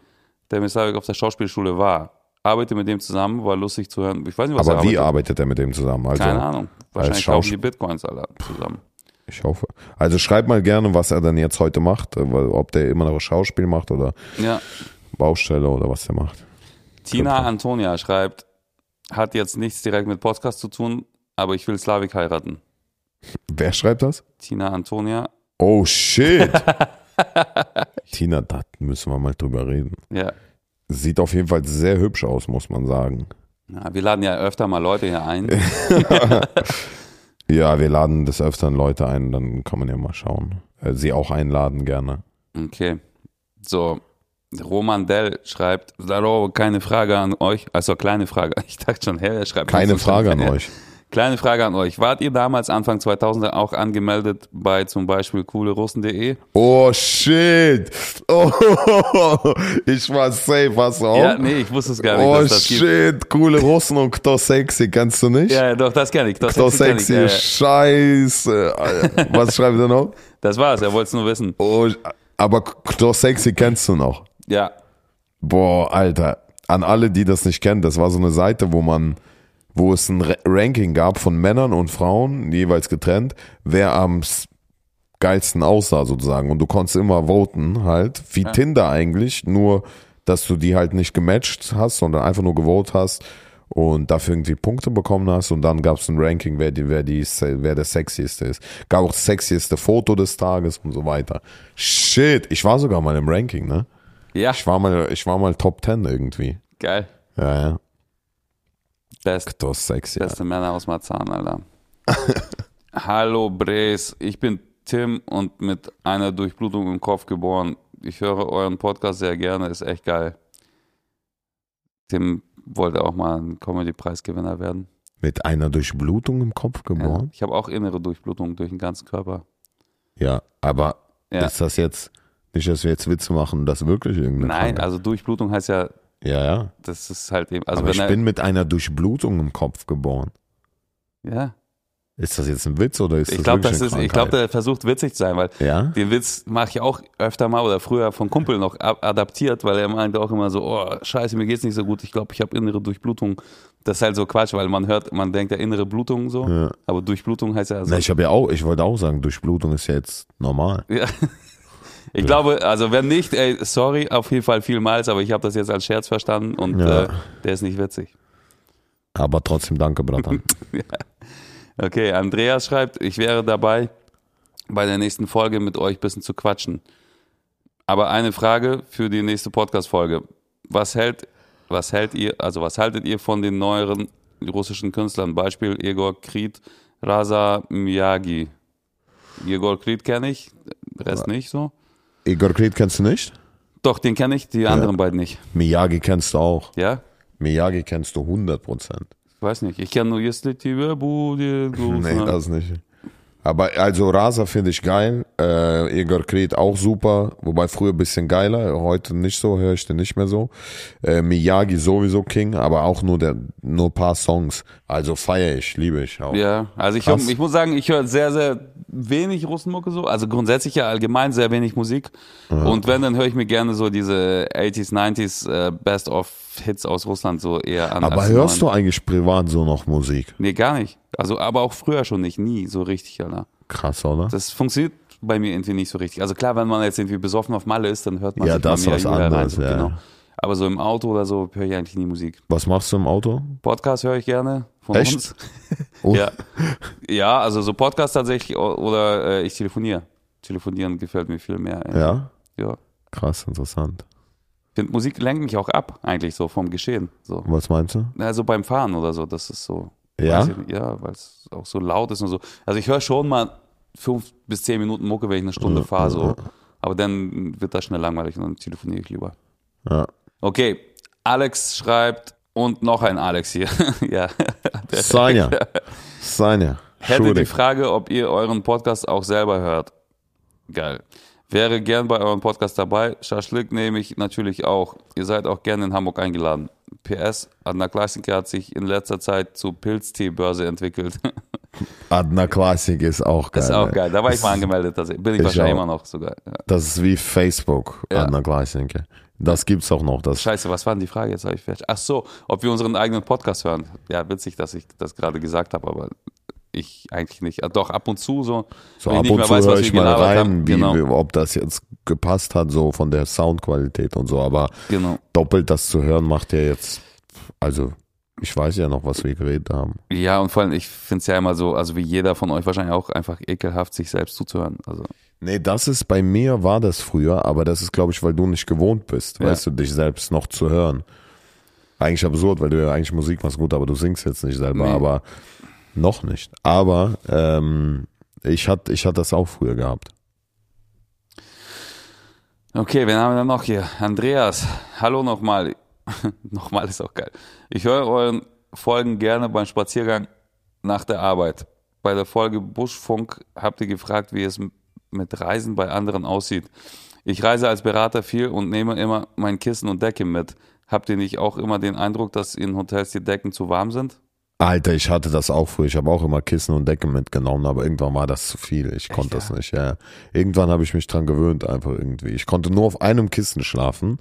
A: der mit Slavik auf der Schauspielschule war. Arbeite mit dem zusammen, war lustig zu hören. Ich weiß nicht, was
B: aber
A: er
B: wie
A: arbeitet.
B: arbeitet er mit dem zusammen? Also,
A: Keine Ahnung. Wahrscheinlich kaufen
B: Schausp-
A: die Bitcoins alle zusammen.
B: Ich hoffe. Also schreib mal gerne, was er dann jetzt heute macht, äh, weil- ob der immer noch Schauspiel macht oder
A: Ja.
B: Baustelle oder was der macht.
A: Tina Antonia schreibt, hat jetzt nichts direkt mit Podcast zu tun, aber ich will Slavik heiraten.
B: Wer schreibt das?
A: Tina Antonia,
B: Oh shit!
A: [laughs]
B: Tina, da müssen wir mal drüber reden.
A: ja.
B: Sieht auf jeden Fall sehr hübsch aus, muss man sagen.
A: ja. Wir laden ja öfter mal Leute hier
B: [laughs]
A: ein.
B: Ja, wir laden des Öfteren Leute ein, dann kann man ja mal schauen. Äh, Sie auch einladen gerne.
A: Okay. So. Roman Dell schreibt, Daro, keine Frage an euch. Also kleine Frage. [laughs] Ich dachte schon, hä, er schreibt.
B: Keine
A: nicht so
B: Frage an
A: schnell.
B: euch.
A: Kleine Frage an euch. Wart ihr damals Anfang 2000er auch angemeldet bei zum Beispiel coolerussen.de?
B: Oh shit! Oh, [laughs] ich war safe, was auch?
A: Ja, nee, ich wusste es gar nicht,
B: oh
A: dass das gibt.
B: shit, coole Russen und Kto sexy, kennst du nicht?
A: Ja, ja, doch, das kenne ich. Das
B: Kto
A: kenn ich,
B: sexy,
A: ja, ja.
B: scheiße. Alter. Was schreibt er noch?
A: Das war's, er wollte es nur wissen.
B: Oh, aber Kto sexy kennst du noch?
A: Ja,
B: Boah, Alter. An alle, die das nicht kennen, das war so eine Seite, wo man, wo es ein Ra- Ranking gab von Männern und Frauen, jeweils getrennt, wer am s- geilsten aussah sozusagen. Und du konntest immer voten halt, wie Tinder eigentlich, nur dass du die halt nicht gematcht hast, sondern einfach nur gewotet hast und dafür irgendwie Punkte bekommen hast. Und dann gab es ein Ranking, wer, die, wer, die, se- wer der sexieste ist. Gab auch das sexieste Foto des Tages und so weiter. Shit, ich war sogar mal im Ranking, ne?
A: ja,
B: Ich war mal, ich war mal Top 10 irgendwie.
A: geil.
B: Ja, ja.
A: Best,
B: Das ist sexy. Ja.
A: beste Männer aus Marzahn, Alter. [laughs] Hallo Bres, ich bin Tim und mit einer Durchblutung im Kopf geboren. Ich höre euren Podcast sehr gerne, ist echt geil. Tim wollte auch mal ein Comedy-Preisgewinner werden.
B: Mit einer Durchblutung im Kopf
A: Ja.
B: geboren?
A: Ich habe auch innere Durchblutung durch den ganzen Körper.
B: Ja, aber
A: Ja.
B: ist das jetzt, nicht, dass wir jetzt Witze machen, das wirklich irgendeine
A: Nein,
B: Krankheit-
A: also Durchblutung heißt ja,
B: Ja, ja.
A: das ist halt eben. Also
B: aber
A: wenn
B: ich
A: er,
B: bin mit einer Durchblutung im Kopf geboren.
A: ja,
B: Ist das jetzt ein Witz oder ist
A: ich
B: das
A: glaube,
B: wirklich
A: das ist,
B: eine
A: ich glaube,
B: Krankheit?
A: der versucht witzig zu sein, weil
B: Ja?
A: den Witz mache ich auch öfter mal oder früher von Kumpel noch ab- adaptiert, weil er meinte auch immer so, oh Scheiße, mir geht's nicht so gut. Ich glaube, ich habe innere Durchblutung. Das ist halt so Quatsch, weil man hört, man denkt ja innere Blutung so, aber Durchblutung heißt ja. Also,
B: Na, ich habe ja auch, ich wollte auch sagen, Durchblutung ist ja jetzt normal.
A: [laughs] ja. Ich glaube, also wenn nicht, ey, sorry, auf jeden Fall vielmals, aber ich habe das jetzt als Scherz verstanden und
B: Ja.
A: äh, der ist nicht witzig.
B: Aber trotzdem danke, Bratan.
A: [laughs] Okay, Andreas schreibt, ich wäre dabei, bei der nächsten Folge mit euch ein bisschen zu quatschen. Aber eine Frage für die nächste Podcast-Folge. Was hält, was hält ihr, also was haltet ihr von den neueren russischen Künstlern? Beispiel Egor Krit, Rasa Miyagi. Egor Krit kenne ich, Rest nicht so.
B: Igor Kret kennst du nicht?
A: Doch, den kenne ich, die anderen beiden nicht.
B: Miyagi kennst du auch.
A: Ja?
B: Miyagi kennst du 100%.
A: Ich weiß nicht. Ich kenne nur Если тебе будет
B: Nee, also
A: грустно.
B: das nicht. Aber also Rasa finde ich geil. Äh, Igor Kret auch super, wobei früher ein bisschen geiler, heute nicht so, höre ich den nicht mehr so. Äh, Miyagi sowieso King, aber auch nur der nur ein paar Songs. Also feiere ich, liebe ich auch.
A: Ja, also ich,
B: Krass.
A: ich muss sagen, ich höre sehr, sehr wenig Russenmucke so. Also grundsätzlich ja allgemein sehr wenig Musik. Und wenn, dann höre ich mir gerne so diese 80s, 90s äh, Best-of-Hits aus Russland so eher an.
B: aber hörst du eigentlich privat so noch Musik?
A: Nee, gar nicht. Also, aber auch früher schon nicht. Nie so richtig, Alter.
B: Krass, oder?
A: Das funktioniert bei mir irgendwie nicht so richtig. Also klar, wenn man jetzt irgendwie besoffen auf Malle ist, dann hört man
B: Ja,
A: sich
B: das
A: mal mehr
B: ist was
A: Jura
B: anderes,
A: so, genau.
B: ja.
A: Aber so im Auto oder so höre ich eigentlich nie Musik.
B: Was machst du im Auto?
A: Podcast höre ich gerne von
B: Echt?
A: uns.
B: [laughs] Oh,
A: Ja. ja, also so Podcast tatsächlich o- oder äh, ich telefoniere. Telefonieren gefällt mir viel mehr. ey.
B: ja?
A: ja.
B: Krass, interessant.
A: Ich finde, Musik lenkt mich auch ab, eigentlich so vom Geschehen. So.
B: Was meinst du?
A: Also beim Fahren oder so, das ist so.
B: Ja?
A: Weiß ich nicht, Ja, weil es auch so laut ist und so. Also ich höre schon mal fünf bis zehn Minuten Mucke, wenn ich eine Stunde fahre. So. Aber dann wird das schnell langweilig und dann telefoniere ich lieber.
B: Ja.
A: Okay, Alex [laughs] schreibt und noch ein Alex hier. ja,
B: Sanja. Sanja.
A: Hätte die
B: Schuldig.
A: Frage, ob ihr euren Podcast auch selber hört. Geil. Wäre gern bei eurem Podcast dabei. Schaschlik nehme ich natürlich auch. Ihr seid auch gerne in Hamburg eingeladen. PS, Adna Klassiker hat sich in letzter Zeit zu Pilztee-Börse entwickelt. [laughs]
B: Adna Classic ist auch geil.
A: ist auch
B: ey.
A: geil. Da war ich
B: Das-
A: mal angemeldet. tatsächlich. bin ich,
B: Ich
A: wahrscheinlich
B: auch.
A: immer noch sogar. Ja.
B: Das ist wie Facebook,
A: Ja.
B: Adna Classic. ey. Das gibt's auch noch. Das
A: Scheiße, was war denn die Frage? Jetzt habe ich fertig. Ach so, ob wir unseren eigenen Podcast hören. Ja, witzig, dass ich das gerade gesagt habe, aber ich eigentlich nicht. Ah, Doch, ab und zu so.
B: so
A: wenn
B: ab
A: ich nicht
B: und
A: mehr
B: zu
A: weiß, was
B: höre
A: wir
B: ich mal
A: gelabert
B: rein,
A: haben.
B: wie,
A: Genau.
B: wie, ob das jetzt gepasst hat, so von der Soundqualität und so. Aber
A: Genau.
B: doppelt das zu hören macht ja jetzt, also ich weiß ja noch, was wir geredet haben.
A: Ja, und vor allem, ich finde es ja immer so, also wie jeder von euch wahrscheinlich auch, einfach ekelhaft, sich selbst zuzuhören. Also,
B: Nee, das ist bei mir war das früher, aber das ist, glaube ich, weil du nicht gewohnt bist,
A: Ja.
B: weißt du, dich selbst noch zu hören. Eigentlich absurd, weil du ja eigentlich Musik machst, gut, aber du singst jetzt nicht selber,
A: Nee.
B: aber noch nicht. Aber ähm, ich hatte ich hatte das auch früher gehabt.
A: okay, wen haben wir denn noch hier? Andreas, hallo nochmal. [laughs] nochmal ist auch geil. Ich höre euren Folgen gerne beim Spaziergang nach der Arbeit. Bei der Folge Buschfunk habt ihr gefragt, wie es m- mit Reisen bei anderen aussieht. Ich reise als Berater viel und nehme immer mein Kissen und Decke mit. Habt ihr nicht auch immer den Eindruck, dass in Hotels die Decken zu warm sind?
B: Alter, ich hatte das auch früher. Ich habe auch immer Kissen und Decke mitgenommen, aber irgendwann war das zu viel. Ich konnte das nicht. Ja, irgendwann habe ich mich dran gewöhnt, einfach irgendwie. Ich konnte nur auf einem Kissen schlafen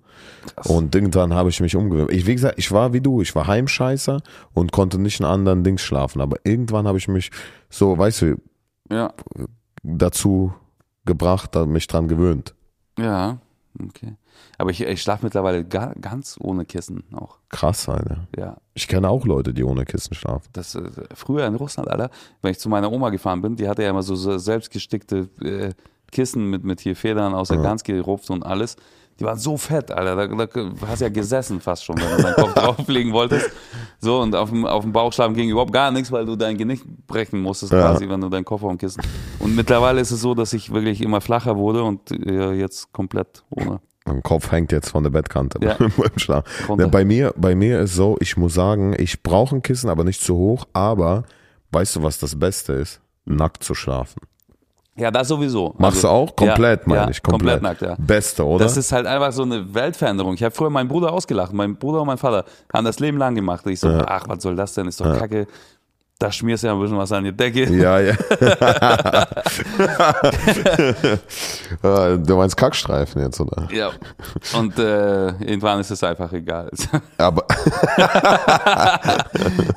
B: und irgendwann habe ich mich umgewöhnt. Ich wie gesagt, ich war wie du. Ich war Heimscheißer und konnte nicht in anderen Dings schlafen. Aber irgendwann habe ich mich so, weißt du,
A: Ja,
B: dazu gebracht, da- mich dran gewöhnt.
A: ja, okay. Aber ich, ich schlafe mittlerweile ga, ganz ohne Kissen auch.
B: Krass, Alter.
A: Ja,
B: Ich kenne auch Leute, die ohne Kissen schlafen.
A: das äh, früher in Russland, Alter, wenn ich zu meiner Oma gefahren bin, die hatte ja immer so, so selbstgestickte äh, Kissen mit, mit hier Federn aus der Gans gerupft und alles. Die waren so fett, Alter. Da, da hast ja gesessen fast schon, wenn du deinen Kopf [laughs] drauflegen wolltest. So, und auf dem, auf dem Bauch schlafen ging überhaupt gar nichts, weil du dein Genick brechen musstest,
B: Ja.
A: quasi, wenn du deinen Koffer umkissen. Und mittlerweile ist es so, dass ich wirklich immer flacher wurde und äh, jetzt komplett ohne.
B: Mein Kopf hängt jetzt von der Bettkante [laughs]
A: Ja.
B: beim Schlaf.
A: Runter.
B: Ne, bei mir, bei mir ist so, ich muss sagen, ich brauche ein Kissen, aber nicht zu hoch. Aber weißt du, was das Beste ist? Nackt zu schlafen.
A: Ja, das sowieso.
B: Machst
A: Also-
B: du auch? Komplett,
A: ja,
B: meine
A: ja,
B: ich. Komplett.
A: nackt, ja.
B: Beste, oder?
A: Das ist halt einfach so eine Weltveränderung. Ich habe früher meinen Bruder ausgelacht. Mein Bruder und mein Vater haben das Leben lang gemacht. Und ich so, ach, was soll das denn? Ist doch kacke. Da schmierst du ja ein bisschen was an die Decke. [laughs]
B: ja, ja. [laughs] Ah,
D: Äh, du meinst Kackstreifen jetzt, oder?
A: [laughs] Ja. Und äh, irgendwann ist es einfach egal. [laughs]
D: Aber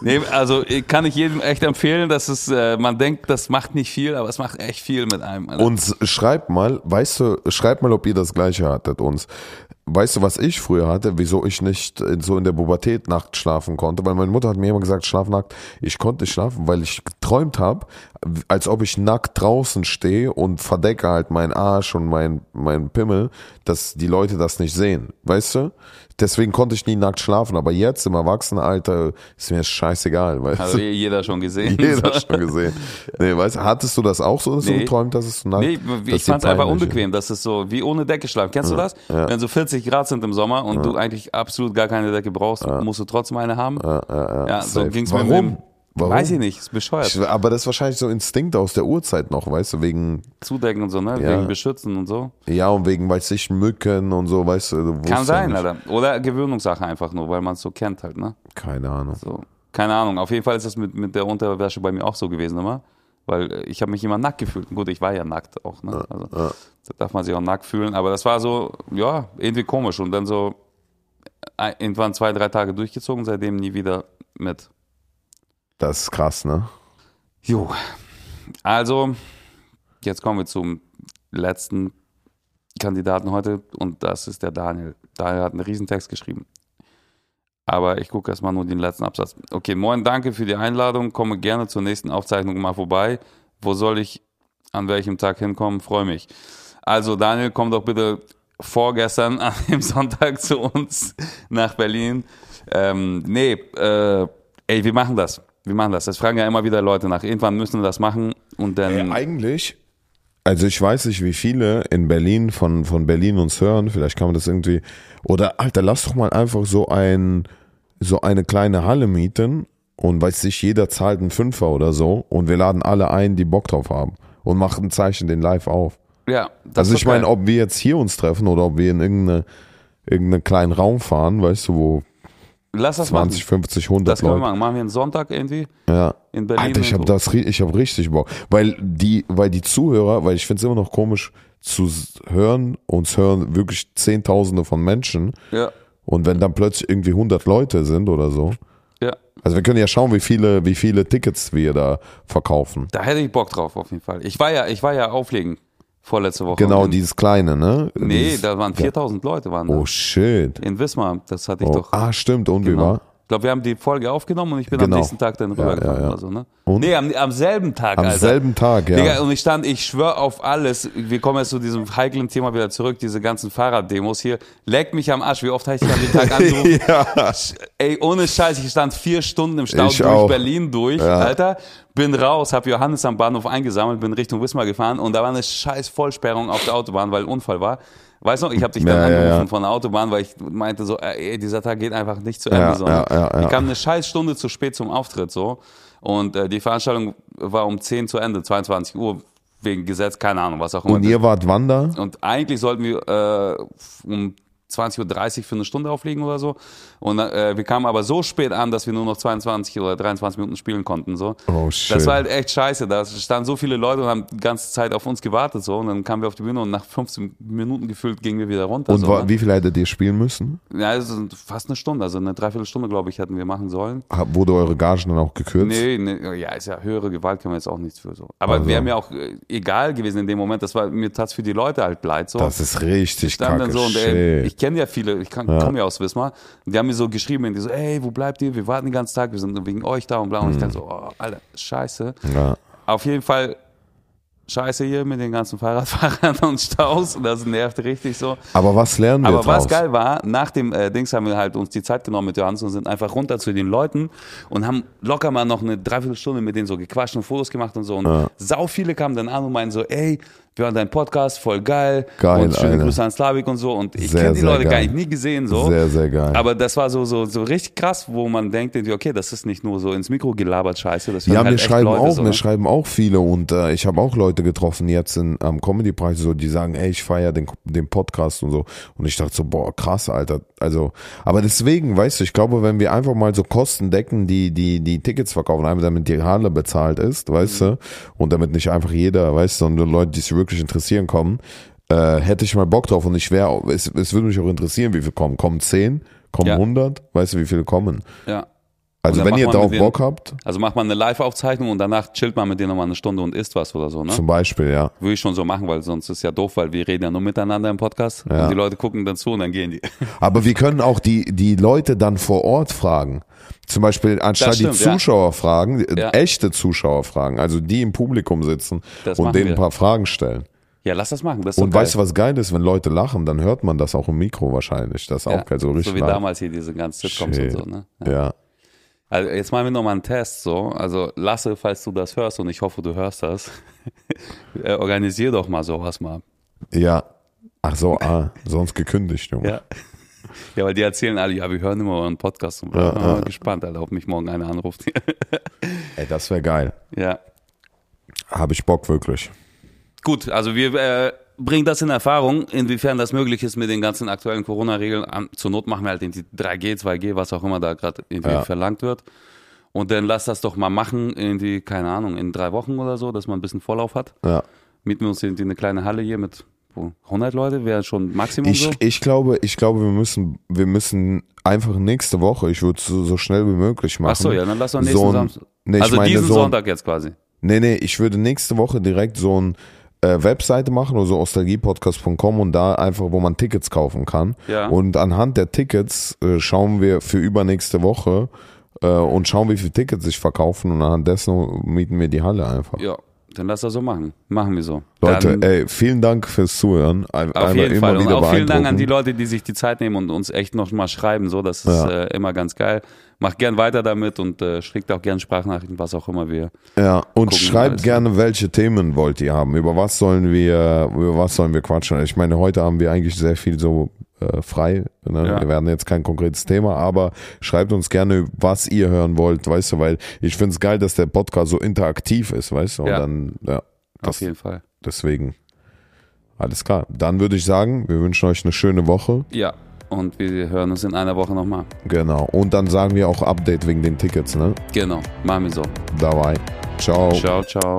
A: nee, also äh, kann ich jedem echt empfehlen, dass es, äh, man denkt, das macht nicht viel, aber es macht echt viel mit einem. Also, Alter.
D: Und s- schreibt mal, weißt du, schreibt mal, ob ihr das gleiche hattet uns. Weißt du, was ich früher hatte, wieso ich nicht in- so in der Pubertät nachts schlafen konnte? Weil meine Mutter hat mir immer gesagt, schlaf nackt. Ich konnte nicht schlafen, weil ich geträumt habe, als ob ich nackt draußen stehe und verdecke halt meinen Arsch und meinen meinen Pimmel, dass die Leute das nicht sehen. Weißt du? Deswegen konnte ich nie nackt schlafen. Aber jetzt im Erwachsenenalter ist mir scheißegal. Weißt
A: also
D: du?
A: eh jeder
D: [laughs]
A: schon gesehen.
D: Jeder
A: So.
D: schon gesehen. Nee, weißt, du, hattest du das auch so, dass
A: Nee.
D: du geträumt hast, dass du nackt
A: Nee,
D: dass
A: ich
D: dir
A: fand es einfach
D: peinlich ist?
A: unbequem. Das ist so wie ohne Decke schlafen. Kennst du das? Wenn so 40 Grad sind im Sommer und du eigentlich absolut gar keine Decke brauchst, musst du trotzdem eine haben. Ja, so
D: Ah, safe.
A: ging's mir.
D: Warum?
A: mit dem-
D: Warum?
A: Weiß ich nicht, ist bescheuert.
D: Ich, aber das ist wahrscheinlich so Instinkt aus der Urzeit noch, weißt du, wegen,
A: Zudecken und so, ne?
D: Ja.
A: Wegen Beschützen und so.
D: ja, und wegen, weiß ich, Mücken und so, weißt du. du
A: Kann
D: wusstest ja
A: sein,
D: nicht.
A: Alter. Oder Gewöhnungssache einfach nur, weil man es so kennt halt, ne?
D: Keine Ahnung.
A: So. Keine Ahnung. Auf jeden Fall ist das mit, mit der Unterwäsche bei mir auch so gewesen immer. Weil äh, ich habe mich immer nackt gefühlt. Gut, ich war ja nackt auch, ne? Also, da darf man sich auch nackt fühlen. Aber das war so, ja, irgendwie komisch. Und dann so äh, irgendwann zwei, drei Tage durchgezogen, seitdem nie wieder mit.
D: Das ist krass, ne?
A: Jo. Also, jetzt kommen wir zum letzten Kandidaten heute und das ist der Daniel. Daniel hat einen Riesentext geschrieben. Aber ich gucke erstmal nur den letzten Absatz. Okay, moin, danke für die Einladung. Komme gerne zur nächsten Aufzeichnung mal vorbei. Wo soll ich an welchem Tag hinkommen? Freue mich. Also, Daniel, komm doch bitte vorgestern an dem [laughs] Sonntag zu uns nach Berlin. Ähm, nee, äh, ey, wir machen das. Wir machen das. Das fragen ja immer wieder Leute nach. Irgendwann müssen wir das machen und dann.
B: Äh, Eigentlich, also ich weiß nicht, wie viele in Berlin von, von Berlin uns hören. Vielleicht kann man das irgendwie. Oder Alter, lass doch mal einfach so ein so eine kleine Halle mieten und weiß nicht, jeder zahlt einen Fünfer oder so und wir laden alle ein, die Bock drauf haben und machen ein Zeichen den live auf.
A: Ja, das
B: Also
A: ist
B: ich
A: doch
B: meine,
A: geil.
B: ob wir jetzt hier uns treffen oder ob wir in irgendeine, irgendeinen kleinen Raum fahren, weißt du, wo
A: lass das
B: 20,
A: machen.
B: 50, 100
A: Das können
B: Leute.
A: wir machen. Machen wir einen Sonntag irgendwie
B: Ja.
A: in Berlin.
B: Alter, ich habe
A: irgendwo.
B: das, ri- ich habe richtig Bock, weil die, weil die Zuhörer, weil ich finde es immer noch komisch zu s- hören, uns hören wirklich Zehntausende von Menschen
A: Ja,
B: und wenn dann plötzlich irgendwie 100 Leute sind oder so,
A: ja.
B: also wir können ja schauen, wie viele, wie viele Tickets wir da verkaufen.
A: Da hätte ich Bock drauf auf jeden Fall. Ich war ja, ich war ja auflegen vorletzte Woche.
B: Genau,
A: Und-
B: dieses kleine, ne?
A: Nee,
B: dieses,
A: da waren 4000 Leute waren da.
B: Oh shit.
A: in Wismar. Das hatte ich
B: Oh,
A: doch. Genau.
B: ah, stimmt. Und wie war?
A: Ich glaube, wir haben die Folge aufgenommen und ich bin
B: Genau.
A: am nächsten Tag dann rübergefahren
B: ja, ja.
A: oder so, ne?
B: Und?
A: Nee, am, am selben Tag,
B: Am
A: Alter.
B: selben Tag, ja.
A: also- Digga, und ich stand, ich schwör auf alles. Wir kommen jetzt zu diesem heiklen Thema wieder zurück, diese ganzen Fahrraddemos hier. Leck mich am Arsch, wie oft habe ich an den
B: [laughs]
A: Tag angerufen? Sch- Ey, ohne Scheiß, ich stand vier Stunden im Stau
B: Ich
A: durch
B: auch.
A: Berlin durch, Alter. Bin raus, hab Johannes am Bahnhof eingesammelt, bin Richtung Wismar gefahren und da war eine scheiß Vollsperrung auf der Autobahn, weil ein Unfall war. Weißt du noch, ich habe dich dann
B: Ja, ja,
A: angerufen
B: ja.
A: von der Autobahn, weil ich meinte so, ey, dieser Tag geht einfach nicht zu Ende.
B: Ja,
A: so,
B: ja,
A: ne?
B: ja, ja.
A: Ich kam eine scheiß Stunde zu spät zum Auftritt so und äh, die Veranstaltung war um 10 zu Ende, 22 Uhr wegen Gesetz, keine Ahnung, was auch immer.
B: Und ihr wart wann da?
A: Und eigentlich sollten wir äh, um 20.30 Uhr für eine Stunde auflegen oder so. Und äh, wir kamen aber so spät an, dass wir nur noch 22 oder 23 Minuten spielen konnten. So.
B: Oh, shit.
A: Das war halt echt scheiße. Da standen so viele Leute und haben die ganze Zeit auf uns gewartet. So. Und dann kamen wir auf die Bühne und nach 15 Minuten gefühlt gingen wir wieder runter.
B: Und
A: so,
B: wa-
A: ne?
B: wie viel hättet ihr spielen müssen?
A: Ja, also fast eine Stunde, also eine Dreiviertelstunde, glaube ich, hätten wir machen sollen.
B: Ha- Wurde eure Gagen dann auch gekürzt?
A: Nee, nee, ja, ist ja höhere Gewalt können wir jetzt auch nichts für so. Aber
B: Also.
A: wäre mir auch äh, egal gewesen in dem Moment, das war mir tatsächlich für die Leute halt leid so.
B: Das ist richtig
A: Dann,
B: kacke.
A: dann so und ey,
B: Shit.
A: ich kenne ja viele, ich kann, komme ja aus Wismar. Und die haben mir so geschrieben, die so, ey, wo bleibt ihr? Wir warten den ganzen Tag, wir sind nur wegen euch da und bla. Und ich dachte so, oh, Alter, scheiße.
B: ja.
A: Auf jeden Fall scheiße hier mit den ganzen Fahrradfahrern [laughs] und Staus. Das nervt richtig so.
B: Aber was lernen wir
A: Aber
B: draus?
A: was geil war, nach dem äh, Dings haben wir halt uns die Zeit genommen mit Johannes und sind einfach runter zu den Leuten und haben locker mal noch eine Dreiviertelstunde mit denen so gequatscht und Fotos gemacht und so. Und sau viele kamen dann an und meinten so, ey, wir hören deinen Podcast, voll geil.
B: Geil,
A: und schöne
B: Alter.
A: Grüße an Slavik und so. Und ich
B: Sehr,
A: kenne die
B: sehr
A: Leute gar
B: geil.
A: nicht, nie gesehen so.
B: Sehr, sehr geil.
A: Aber das war so, so, so richtig krass, wo man denkt, irgendwie, okay, das ist nicht nur so ins Mikro gelabert Scheiße. Das hören
B: Ja,
A: halt
B: mir
A: echt
B: schreiben
A: Leute,
B: auch,
A: so,
B: mir
A: ne?
B: schreiben auch viele und äh, ich habe auch Leute getroffen jetzt in, am Comedy Preis, so die sagen, ey, ich feiere den, den Podcast und so. Und ich dachte so, boah, krass, Alter. Also, aber deswegen, weißt du, ich glaube, wenn wir einfach mal so Kosten decken, die die die Tickets verkaufen, einfach damit die Halle bezahlt ist, weißt
A: Mhm.
B: du, und damit nicht einfach jeder, weißt du, sondern Leute, die sich wirklich interessieren, kommen, äh, hätte ich mal Bock drauf und ich wäre, es, es würde mich auch interessieren, wie viele kommen. Kommen 10, kommen
A: Ja.
B: 100, weißt du, wie viele kommen.
A: ja.
B: Also,
A: dann
B: wenn ihr
A: macht man
B: drauf
A: mit denen-
B: Bock habt,
A: Also macht man eine Live-Aufzeichnung und danach chillt man mit denen nochmal eine Stunde und isst was oder so, ne?
B: zum Beispiel, ja.
A: Würde ich schon so machen, weil sonst ist ja doof, weil wir reden ja nur miteinander im Podcast und die Leute gucken dann zu und dann gehen die. [laughs]
B: Aber wir können auch die, die Leute dann vor Ort fragen. Zum Beispiel anstatt
A: Das stimmt,
B: die
A: ja.
B: Zuschauer fragen, äh,
A: Ja.
B: echte Zuschauer fragen, also die im Publikum sitzen
A: Das
B: und
A: machen
B: denen
A: wir.
B: ein paar Fragen stellen.
A: Ja, lass das machen. Das ist
B: Und
A: doch
B: weißt du,
A: geil.
B: was geil ist? Wenn Leute lachen, dann hört man das auch im Mikro wahrscheinlich. Das ist auch geil, so richtig.
A: so wie
B: laut.
A: damals hier diese ganzen Sitcoms
B: Shit.
A: und so, ne?
B: Ja.
A: Also jetzt machen wir nochmal einen Test, so. Also Lasse, falls du das hörst und ich hoffe, du hörst das, [laughs] äh, organisier doch mal sowas mal.
B: Ja. Ach so, ah, sonst gekündigt, Junge.
A: Ja. [laughs] Ja, weil die erzählen alle, ja, wir hören immer euren Podcast und ja, mal gespannt, Alter, ob mich morgen einer anruft. [laughs]
B: Ey, das wäre geil.
A: ja.
B: Habe ich Bock wirklich.
A: Gut, also wir äh, bringen das in Erfahrung, inwiefern das möglich ist mit den ganzen aktuellen Corona-Regeln. Am- Zur Not machen wir halt in die 3G, 2G, was auch immer da gerade irgendwie
B: Ja.
A: verlangt wird. Und dann lass das doch mal machen, irgendwie, keine Ahnung, in drei Wochen oder so, dass man ein bisschen Vorlauf hat.
B: Ja.
A: Mieten wir uns irgendwie eine kleine Halle hier mit wo, 100 Leute, wäre schon Maximum
B: Ich,
A: so.
B: ich glaube, ich glaube, wir müssen, wir müssen einfach nächste Woche, ich würde so, so schnell wie möglich machen.
A: Ach so, ja, dann lass doch nächsten
B: so ein-
A: Samstag.
B: Nee, ich
A: also
B: meine
A: diesen
B: so ein-
A: Sonntag jetzt quasi.
B: Nee, nee, ich würde nächste Woche direkt so ein äh, Webseite machen oder so ostalgiepodcast.com und da einfach, wo man Tickets kaufen kann.
A: Ja.
B: Und anhand der Tickets äh, schauen wir für übernächste Woche äh, und schauen, wie viele Tickets sich verkaufen und anhand dessen mieten wir die Halle einfach.
A: Ja, dann lass das so machen. Machen wir so.
B: Leute,
A: dann,
B: ey, vielen Dank fürs Zuhören. Ein,
A: Auf
B: einfach
A: jeden
B: immer
A: Fall. Und
B: wieder
A: auch vielen Dank an
B: beeindruckend.
A: die Leute, die sich die Zeit nehmen und uns echt noch mal schreiben. So, das ist
B: Ja.
A: äh, immer ganz geil. Macht gern weiter damit und äh, schickt auch gern Sprachnachrichten, was auch immer wir.
B: Ja, und
A: Gucken wir
B: schreibt
A: alles.
B: gerne, welche Themen wollt ihr haben. Über was sollen wir, über was sollen wir quatschen? Ich meine, heute haben wir eigentlich sehr viel so äh, frei. Ne?
A: Ja.
B: Wir werden jetzt kein konkretes Thema, aber schreibt uns gerne, was ihr hören wollt, weißt du, weil ich finde es geil, dass der Podcast so interaktiv ist, weißt du? Und
A: Ja.
B: dann, ja,
A: Auf jeden Fall.
B: deswegen. Alles klar. Dann würde ich sagen, wir wünschen euch eine schöne Woche.
A: Ja, und wir hören uns in einer Woche nochmal.
B: Genau. Und dann sagen wir auch Update wegen den Tickets, ne?
A: Genau, machen wir so.
B: Dabei. Ciao.
A: Ciao, ciao.